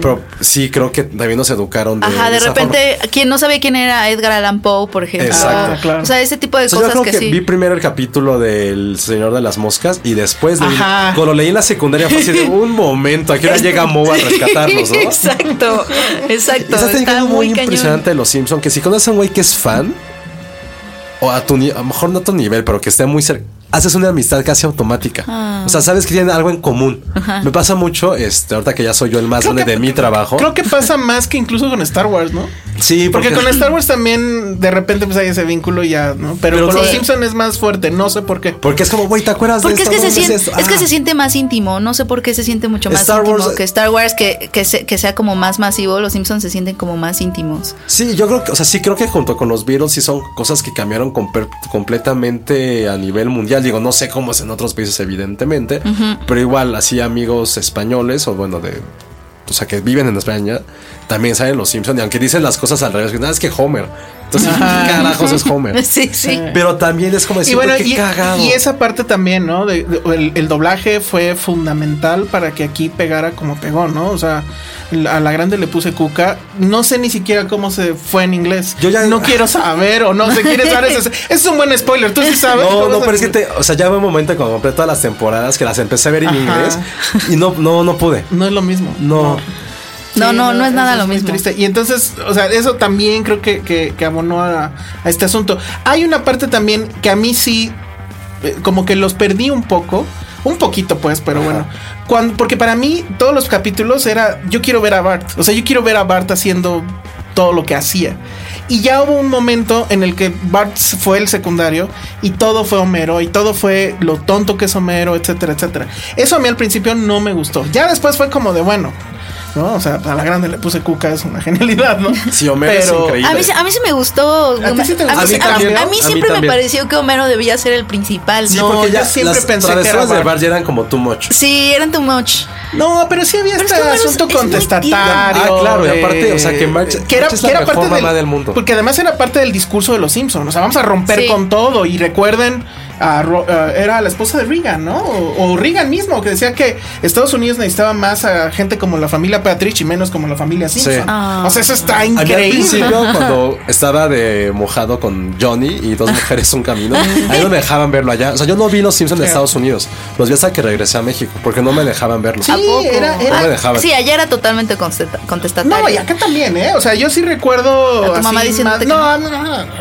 Speaker 1: Pero sí creo que también nos educaron de
Speaker 3: Ajá, de
Speaker 1: esa forma.
Speaker 3: repente, quien no sabía quién era Edgar Allan Poe, por ejemplo.
Speaker 1: Exacto.
Speaker 2: Ah, claro.
Speaker 3: O sea, ese tipo de
Speaker 1: O sea, yo
Speaker 3: cosas
Speaker 1: creo
Speaker 3: que,
Speaker 1: que,
Speaker 3: sí.
Speaker 1: vi primero el capítulo del Señor de las Moscas y después de,
Speaker 2: Ajá.
Speaker 1: cuando leí en la secundaria fue así de un momento, aquí ahora llega Mo a rescatarnos, ¿no?
Speaker 3: exacto, exacto.
Speaker 1: Estás teniendo
Speaker 3: Está
Speaker 1: algo muy
Speaker 3: muy cañón.
Speaker 1: impresionante de los Simpsons, que si conoces a un güey que es fan, o a tu ni- a lo mejor no a tu nivel, pero que esté muy cerca, haces una amistad casi automática.
Speaker 3: Ah.
Speaker 1: O sea, sabes que tienen algo en común. Me pasa mucho, este, ahorita que ya soy yo el más
Speaker 2: Creo
Speaker 1: grande de
Speaker 2: que-
Speaker 1: mi trabajo.
Speaker 2: Creo que pasa más que incluso con Star Wars, ¿no?
Speaker 1: sí,
Speaker 2: Porque con Star Wars también de repente pues hay ese vínculo y ya, ¿no? Pero,
Speaker 1: Pero
Speaker 2: con
Speaker 1: sí.
Speaker 2: los Simpson es más fuerte, no sé por qué.
Speaker 1: Porque es como, güey, ¿te acuerdas
Speaker 3: Porque
Speaker 1: de
Speaker 3: es
Speaker 1: esto?
Speaker 3: que, se
Speaker 1: ¿Dónde
Speaker 3: siente,
Speaker 1: esto?
Speaker 3: es que
Speaker 1: Ah.
Speaker 3: se siente más íntimo. No sé por qué se siente mucho más
Speaker 1: Star
Speaker 3: íntimo
Speaker 1: Wars-
Speaker 3: que Star Wars, que, que, se- que sea como más masivo. Los Simpsons se sienten como más íntimos.
Speaker 1: Sí, yo creo que, o sea, sí creo que junto con los Beatles sí son cosas que cambiaron comper- completamente a nivel mundial. Digo, no sé cómo es en otros países, evidentemente, pero igual, así amigos españoles o bueno, de. O sea, que viven en España, también saben los Simpsons, y aunque dicen las cosas al revés, que nada, es que Homer. Entonces, ¿qué carajos Pues es Homer?
Speaker 3: Sí, sí.
Speaker 1: Pero también es como decir,
Speaker 2: Y bueno,
Speaker 1: qué
Speaker 2: y,
Speaker 1: cagado.
Speaker 2: y esa parte también, ¿no? De- de- el, el doblaje fue fundamental para que aquí pegara como pegó, ¿no? O sea, a la grande le puse cuca. No sé ni siquiera cómo se fue en inglés.
Speaker 1: Yo ya-
Speaker 2: no quiero saber o no se quiere saber. Ese ese es un buen spoiler. Tú sí sabes.
Speaker 1: No,
Speaker 2: cómo
Speaker 1: no,
Speaker 2: se-
Speaker 1: pero es que te, o sea, ya hubo un momento cuando compré todas las temporadas que las empecé a ver en
Speaker 2: Ajá.
Speaker 1: inglés y no, no, no pude.
Speaker 2: No es lo mismo.
Speaker 1: No.
Speaker 3: No,
Speaker 2: Sí,
Speaker 3: no, no es nada
Speaker 2: eso
Speaker 3: lo
Speaker 2: muy
Speaker 3: mismo.
Speaker 2: triste. Y entonces, o sea, eso también creo que, que, que abonó a, a este asunto. Hay una parte también que a mí sí, eh, como que los perdí un poco. Un poquito, pues, pero bueno. Cuando, porque para mí, todos los capítulos era. Yo quiero ver a Bart. O sea, yo quiero ver a Bart haciendo todo lo que hacía. Y ya hubo un momento en el que Bart fue el secundario y todo fue Homero y todo fue lo tonto que es Homero, etcétera, etcétera. Eso a mí al principio no me gustó. Ya después fue como de bueno, ¿no? O sea, a la grande le puse cuca, es una genialidad, ¿no?
Speaker 1: Sí, Homero es increíble.
Speaker 3: A mí, sí- a mí sí me gustó.
Speaker 2: ¿A ti sí te
Speaker 3: A mí-
Speaker 2: gustó?
Speaker 1: A
Speaker 3: a mí-
Speaker 1: mí también.
Speaker 3: a mí
Speaker 1: A mí
Speaker 3: siempre me
Speaker 1: también.
Speaker 3: pareció que Homero debía ser el principal,
Speaker 2: Sí,
Speaker 3: ¿no?
Speaker 2: porque yo siempre
Speaker 1: las
Speaker 2: pensé que era
Speaker 1: travesuras de
Speaker 2: Bart.
Speaker 1: Bart ya eran como too much.
Speaker 3: Sí, eran too much.
Speaker 2: No, pero sí había
Speaker 3: Pero
Speaker 2: este
Speaker 3: es que Homero es-
Speaker 2: asunto
Speaker 3: es muy
Speaker 2: contestatario.
Speaker 1: tierno. Ah, claro, y
Speaker 2: de-
Speaker 1: aparte, o sea, que Marge-
Speaker 2: que era,
Speaker 1: Marge es la
Speaker 2: que era
Speaker 1: mejor
Speaker 2: parte
Speaker 1: mamá del mundo.
Speaker 2: Porque además era parte del discurso de los Simpsons. O sea, vamos a romper
Speaker 3: Sí.
Speaker 2: con todo. Y recuerden, a Ro- a- era la esposa de Reagan, ¿no? O, o Reagan mismo, que decía que Estados Unidos necesitaba más a gente como la familia Patrick y menos como la familia Simpson. Ah.
Speaker 3: Ah.
Speaker 2: O sea, eso está
Speaker 1: A mí al
Speaker 2: increíble.
Speaker 1: principio, cuando estaba de mojado con Johnny y dos mujeres un camino, ahí no me dejaban verlo allá. O sea, yo no vi los Simpsons en Estados Unidos. Los vi hasta que regresé a México, porque no me dejaban verlo.
Speaker 2: Sí, era, era-
Speaker 1: No me dejaban.
Speaker 3: Ah, Sí, allá era totalmente contesta- contestatario.
Speaker 2: No, y acá también, ¿eh? O sea, yo sí recuerdo.
Speaker 3: A tu mamá
Speaker 2: así
Speaker 3: diciéndote
Speaker 2: más- no, no, no, no.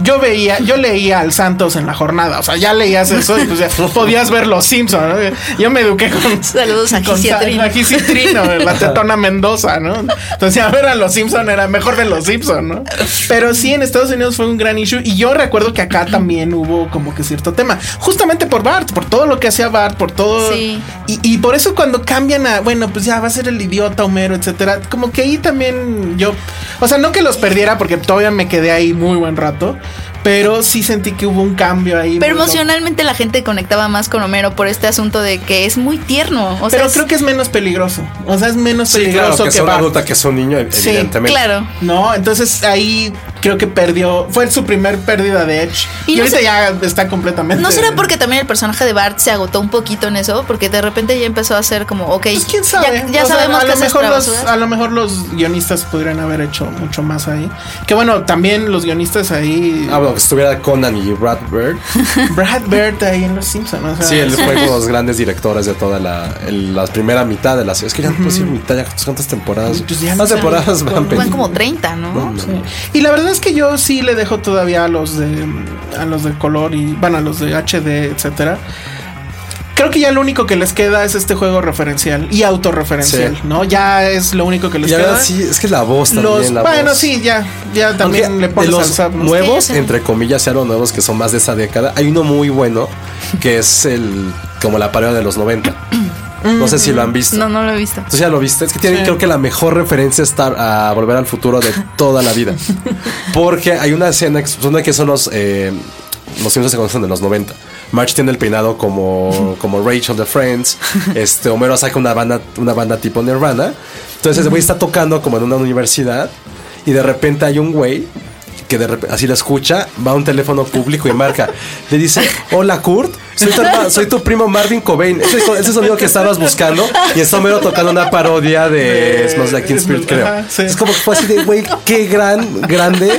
Speaker 2: Yo veía, yo leía al Santos en la jornada. O sea, ya leías eso y pues ya podías ver los Simpsons. ¿no? Yo me eduqué con.
Speaker 3: Saludos a
Speaker 2: con
Speaker 3: Gisi
Speaker 2: Sa-
Speaker 3: Atrino.
Speaker 2: a Gisi Trino, la tetona Mendoza, ¿no? Entonces, a ver a los Simpson era mejor de los Simpson, ¿no? Pero sí, en Estados Unidos fue un gran issue. Y yo recuerdo que acá también hubo como que cierto tema. Justamente por Bart, por todo lo que hacía Bart, por todo.
Speaker 3: Sí.
Speaker 2: Y, y por eso cuando cambian a, bueno, pues ya va a ser el idiota Homero, etcétera, como que ahí también yo, o sea, no que los perdiera porque todavía me quedé ahí muy buen rato, pero sí sentí que hubo un cambio ahí.
Speaker 3: Pero
Speaker 2: muy loco.
Speaker 3: emocionalmente la gente conectaba más con Homero por este asunto de que es muy tierno. O sea,
Speaker 2: Pero
Speaker 3: es-
Speaker 2: creo que es menos peligroso, o sea, es menos
Speaker 1: Sí, claro,
Speaker 2: peligroso
Speaker 1: que,
Speaker 2: que,
Speaker 1: son
Speaker 2: Bart.
Speaker 1: adulta, que son niño,
Speaker 2: Sí,
Speaker 1: evidentemente.
Speaker 3: Claro.
Speaker 2: No, entonces ahí creo que perdió, fue su primer pérdida de Edge.
Speaker 3: Y
Speaker 2: Y,
Speaker 3: no
Speaker 2: ahorita
Speaker 3: sé-
Speaker 2: ya está completamente.
Speaker 3: ¿No será porque también el personaje de Bart se agotó un poquito en eso? Porque de repente ya empezó a ser como, ok,
Speaker 2: Pues quién sabe.
Speaker 3: ya, ya
Speaker 2: O sea,
Speaker 3: sabemos
Speaker 2: a
Speaker 3: que
Speaker 2: lo
Speaker 3: haces
Speaker 2: mejor los,
Speaker 3: travesuras.
Speaker 2: A lo mejor los guionistas pudieran haber hecho mucho más ahí. Que bueno, también los guionistas ahí.
Speaker 1: Ah, bueno, que estuviera Conan y Brad Bird.
Speaker 2: Brad Bird ahí en Los Simpsons. o sea,
Speaker 1: Sí, él fue uno de los grandes directores de toda la, el- la primera mitad de la serie. Es que ya no puedo decir mitad, ya cuántas temporadas.
Speaker 2: Pues ya no
Speaker 1: ¿Cuántas
Speaker 2: sé.
Speaker 1: temporadas van
Speaker 3: Van
Speaker 1: pendientes?
Speaker 3: como 30, ¿no?
Speaker 2: Y la verdad es que yo sí le dejo todavía a los de a los de color y bueno, a los de HD, etcétera. Creo que ya lo único que les queda es este juego referencial y autorreferencial,
Speaker 1: Sí.
Speaker 2: ¿no? Ya es lo único que les
Speaker 1: Y la
Speaker 2: queda.
Speaker 1: verdad, sí, es que la voz también.
Speaker 2: los,
Speaker 1: la
Speaker 2: bueno,
Speaker 1: voz.
Speaker 2: sí, ya, ya también
Speaker 1: Aunque
Speaker 2: le pones
Speaker 1: de
Speaker 2: al
Speaker 1: los
Speaker 2: SAP, ¿no?
Speaker 1: nuevos,
Speaker 3: Sí, ya sé.
Speaker 1: entre comillas, se los nuevos que son más de esa década. Hay uno muy bueno que es el como la parodia de los 90. No sé si lo han
Speaker 2: Mm,
Speaker 1: visto.
Speaker 3: No, no lo he visto.
Speaker 2: Pues,
Speaker 1: Entonces ya lo viste. Es que tienen, creo que la mejor referencia a Star- a volver al futuro de toda la vida. Porque hay una escena que supone que son los. eh, los Simpsons se conocen de los 90. Marge tiene el peinado como, como Rachel de Friends. Este, Homero saca una banda, una banda tipo Nirvana. Entonces el güey está tocando como en una universidad. Y de repente hay un güey que de repente, así la escucha, va a un teléfono público y marca. Le dice, hola Kurt, soy tu, herma- soy tu primo Marvin Cobain. Ese, ese sonido que estabas buscando y está Homero tocando una parodia de Smells Like Teen Spirit, creo.
Speaker 2: Ajá, sí.
Speaker 1: Es como que fue así de, güey, qué gran, grande,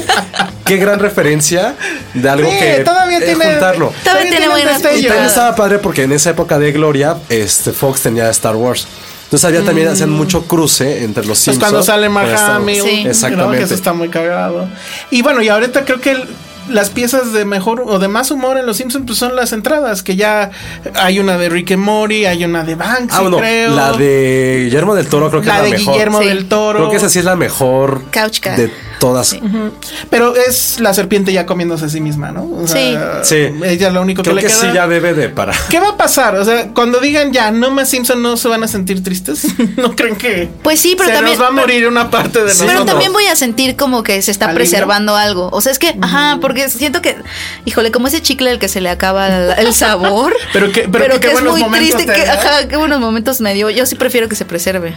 Speaker 1: qué gran referencia de algo
Speaker 2: Sí,
Speaker 1: que
Speaker 2: todavía
Speaker 1: eh,
Speaker 2: tiene
Speaker 1: juntarlo.
Speaker 3: Todavía tiene
Speaker 2: un
Speaker 3: buenas
Speaker 1: Y
Speaker 2: destello.
Speaker 1: también estaba padre porque en esa época de Gloria, este Fox tenía Star Wars. Entonces había también hacían mucho cruce entre los
Speaker 2: Mm. Pues
Speaker 1: Simpsons.
Speaker 2: cuando sale Mark
Speaker 1: con Star Wars.
Speaker 2: Hamill,
Speaker 3: Sí.
Speaker 2: ¿no?
Speaker 1: Exactamente.
Speaker 2: que eso está muy cagado. Y bueno, y ahorita creo que el- las piezas de mejor o de más humor en Los Simpsons pues son las entradas, que ya hay una de Rick and Morty, hay una de Banks,
Speaker 1: Ah, bueno,
Speaker 2: creo.
Speaker 1: la de Guillermo del Toro creo que
Speaker 2: La
Speaker 1: es la
Speaker 2: de
Speaker 1: mejor.
Speaker 2: Guillermo
Speaker 3: Sí.
Speaker 2: del Toro.
Speaker 1: Creo que esa sí es la mejor
Speaker 3: Couch Cat.
Speaker 1: de todas.
Speaker 2: Pero es la serpiente ya comiéndose a sí misma, ¿no? O sea,
Speaker 1: Sí.
Speaker 2: Ella es lo único
Speaker 1: Creo
Speaker 2: que
Speaker 1: que,
Speaker 2: le queda.
Speaker 1: sí ya debe de parar.
Speaker 2: ¿Qué va a pasar? O sea, cuando digan ya, no más Simpson, no se van a sentir tristes. ¿No creen que?
Speaker 3: Pues sí, pero
Speaker 2: se
Speaker 3: también-
Speaker 2: nos va a morir una parte de
Speaker 1: Sí,
Speaker 2: nosotros.
Speaker 3: Pero
Speaker 1: no, no.
Speaker 3: también voy a sentir como que se está
Speaker 2: ¿Alivio?
Speaker 3: preservando algo. O sea, es que,
Speaker 2: Mm.
Speaker 3: ajá, porque siento que, híjole, como ese chicle al que se le acaba el, el sabor.
Speaker 2: Pero que- pero que qué buenos momentos te
Speaker 3: que,
Speaker 2: da.
Speaker 3: ajá, qué buenos momentos me dio. Yo sí prefiero que se preserve.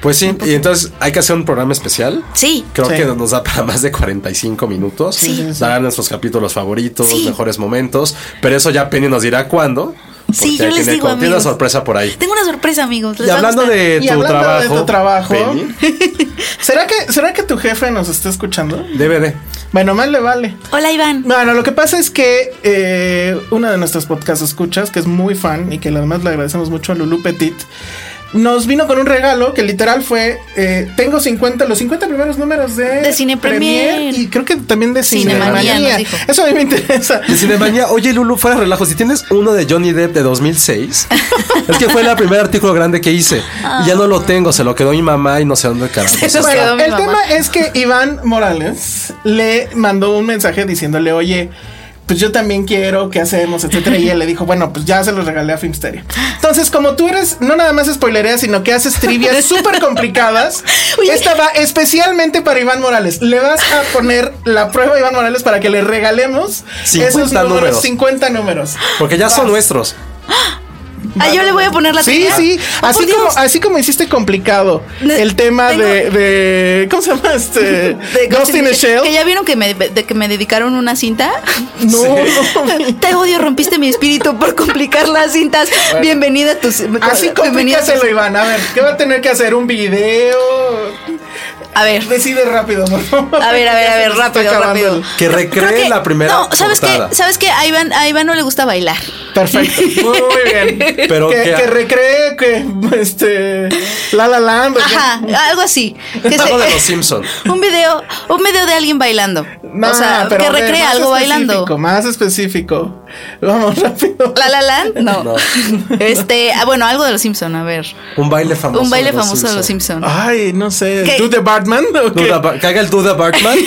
Speaker 1: Pues sí, y entonces hay que hacer un programa especial.
Speaker 3: Sí.
Speaker 1: Creo
Speaker 2: Sí.
Speaker 1: que nos da para más de 45 minutos.
Speaker 3: Sí.
Speaker 1: Dar nuestros capítulos favoritos,
Speaker 3: Sí.
Speaker 1: mejores momentos. Pero eso ya Penny nos dirá cuándo. porque
Speaker 3: Sí, yo les
Speaker 1: tiene-
Speaker 3: digo,
Speaker 1: Tiene una
Speaker 3: amigos.
Speaker 1: sorpresa por ahí.
Speaker 3: Tengo una sorpresa, amigos. Les
Speaker 1: Y
Speaker 3: va a
Speaker 1: hablando
Speaker 3: gustar.
Speaker 1: de
Speaker 2: Y
Speaker 1: tu
Speaker 2: hablando
Speaker 1: trabajo.
Speaker 2: de tu trabajo,
Speaker 1: Penny,
Speaker 2: ¿Será que, ¿Será que tu jefe nos está escuchando?
Speaker 1: DVD.
Speaker 2: Bueno, más le vale.
Speaker 3: Hola, Iván.
Speaker 2: Bueno, lo que pasa es que eh, una de nuestras podcast escuchas, que es muy fan y que además le agradecemos mucho a Lulu Petit, nos vino con un regalo que literal fue, eh, tengo 50, los 50 primeros números de,
Speaker 3: De Cine Premier.
Speaker 2: y creo que también de
Speaker 3: Cinemanía,
Speaker 2: Cinemanía.
Speaker 3: nos dijo.
Speaker 2: Eso a mí me interesa.
Speaker 1: De Cinemanía, oye Lulu, fuera de relajo, si tienes uno de Johnny Depp de 2006, es que fue el primer artículo grande que hice. Y ya no
Speaker 3: Ah.
Speaker 1: lo tengo, se lo quedó mi mamá y no sé dónde carajo.
Speaker 3: Se nos
Speaker 2: Bueno,
Speaker 3: quedó mi
Speaker 2: el
Speaker 3: mamá.
Speaker 2: tema es que Iván Morales le mandó un mensaje diciéndole, oye, pues yo también quiero, ¿qué hacemos? Etcétera. Y él le dijo, bueno, pues ya se los regalé a Filmsteria. Entonces, como tú eres, no nada más spoilereas, sino que haces trivias súper complicadas,
Speaker 3: Oye.
Speaker 2: esta va especialmente para Iván Morales. Le vas a poner la prueba a Iván Morales para que le regalemos
Speaker 1: 50
Speaker 2: esos números,
Speaker 1: números.
Speaker 2: 50 números.
Speaker 1: Porque ya son nuestros.
Speaker 3: Ah, yo le voy a poner la
Speaker 2: Sí,
Speaker 3: tijera.
Speaker 2: sí.
Speaker 3: Oh,
Speaker 2: Así
Speaker 3: por
Speaker 2: como,
Speaker 3: Dios.
Speaker 2: así como hiciste complicado
Speaker 3: Ne-
Speaker 2: el tema
Speaker 3: tengo-
Speaker 2: de, de- ¿Cómo se llama este?
Speaker 3: De
Speaker 2: Ghost in a Shell.
Speaker 3: Que ya vieron que me, de que me dedicaron una cinta.
Speaker 2: No,
Speaker 3: Te odio, rompiste mi espíritu por complicar las cintas. Bienvenida a tus.
Speaker 2: Así
Speaker 3: bienvenida a tus-
Speaker 2: complícaselo, Iván. A ver, ¿qué va a tener que hacer? ¿Un video?
Speaker 3: A ver.
Speaker 2: Decide rápido, por favor.
Speaker 3: A ver, a ver, a
Speaker 2: Se
Speaker 3: ver,
Speaker 2: está
Speaker 3: rápido,
Speaker 2: acabando
Speaker 3: rápido.
Speaker 2: el-
Speaker 1: Que
Speaker 3: Creo
Speaker 1: recreen
Speaker 3: que-
Speaker 1: la primera.
Speaker 3: No, ¿sabes
Speaker 1: portada.
Speaker 3: qué? ¿Sabes qué? A Iván, a Iván no le gusta bailar.
Speaker 2: Perfecto. Muy bien.
Speaker 1: Pero
Speaker 2: que,
Speaker 1: que-
Speaker 2: que recree que este La La Land. o que-
Speaker 3: Ajá, algo así. Que
Speaker 1: Algo
Speaker 3: se-
Speaker 1: de los Simpsons.
Speaker 3: un video, un video de alguien bailando.
Speaker 2: No,
Speaker 3: o sea,
Speaker 2: pero
Speaker 3: que
Speaker 2: a ver,
Speaker 3: recree
Speaker 2: más
Speaker 3: algo
Speaker 2: específico,
Speaker 3: bailando.
Speaker 2: Más específico. Vamos rápido.
Speaker 3: La La Land, no.
Speaker 1: No.
Speaker 3: Este, ah, bueno, algo de los Simpson, a ver.
Speaker 1: Un baile famoso.
Speaker 3: un baile
Speaker 1: de los
Speaker 3: famoso de los
Speaker 1: Simpson.
Speaker 3: Simpson.
Speaker 2: Ay, no sé.
Speaker 3: ¿Qué?
Speaker 2: ¿Tú de Batman? ¿O qué? Ah.
Speaker 1: Duda Bar- que haga el Duda Bartman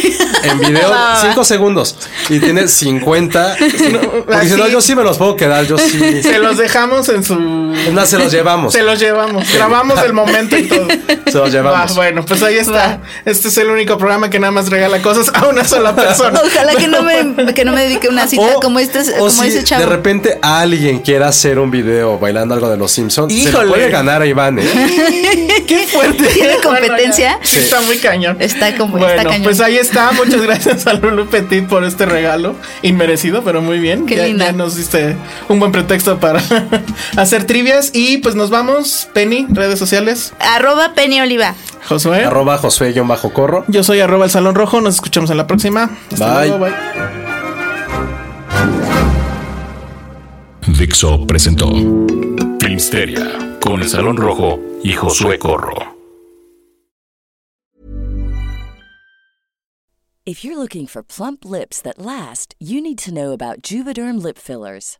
Speaker 1: en video
Speaker 3: Va, va.
Speaker 1: 5 segundos y tiene 50. Porque si no,
Speaker 2: así.
Speaker 1: yo sí me los puedo quedar. Yo sí.
Speaker 2: Se los dejamos en su.
Speaker 1: Es más, se los llevamos.
Speaker 2: Se los llevamos. Grabamos el momento y todo.
Speaker 1: Se los llevamos.
Speaker 2: Ah, bueno, pues ahí está. Este es el único programa que nada más regala cosas a una sola persona.
Speaker 3: Ojalá que no me, que no me dedique una cita
Speaker 2: Ah,
Speaker 3: como este,
Speaker 1: o
Speaker 3: como
Speaker 1: si
Speaker 3: ese
Speaker 1: de
Speaker 3: chavo.
Speaker 1: repente alguien quiera hacer un video bailando algo de los Simpsons, se
Speaker 2: Híjole.
Speaker 1: lo puede ganar a Iván. ¿eh?
Speaker 2: Qué fuerte.
Speaker 3: Tiene competencia.
Speaker 2: Bueno, ya. sí, está muy cañón.
Speaker 3: Está como-
Speaker 2: bueno,
Speaker 3: está cañón.
Speaker 2: Pues ahí está. Muchas gracias a Lulu Petit por este regalo. Inmerecido, pero muy bien.
Speaker 3: Qué
Speaker 2: ya,
Speaker 3: linda.
Speaker 2: ya nos diste un buen pretexto para hacer trivias. Y pues nos vamos. Penny, redes sociales.
Speaker 3: Arroba Penny Oliva.
Speaker 2: Josué.
Speaker 1: Arroba Josué-Corro.
Speaker 2: Yo soy arroba el Salón Rojo. Nos escuchamos en la próxima. Hasta
Speaker 1: Bye.
Speaker 2: luego, bye.
Speaker 5: Dixo presentó Filmsteria con el Salón Rojo y Josué Corro.
Speaker 7: If you're looking for plump lips that last, you need to know about Juvederm lip fillers.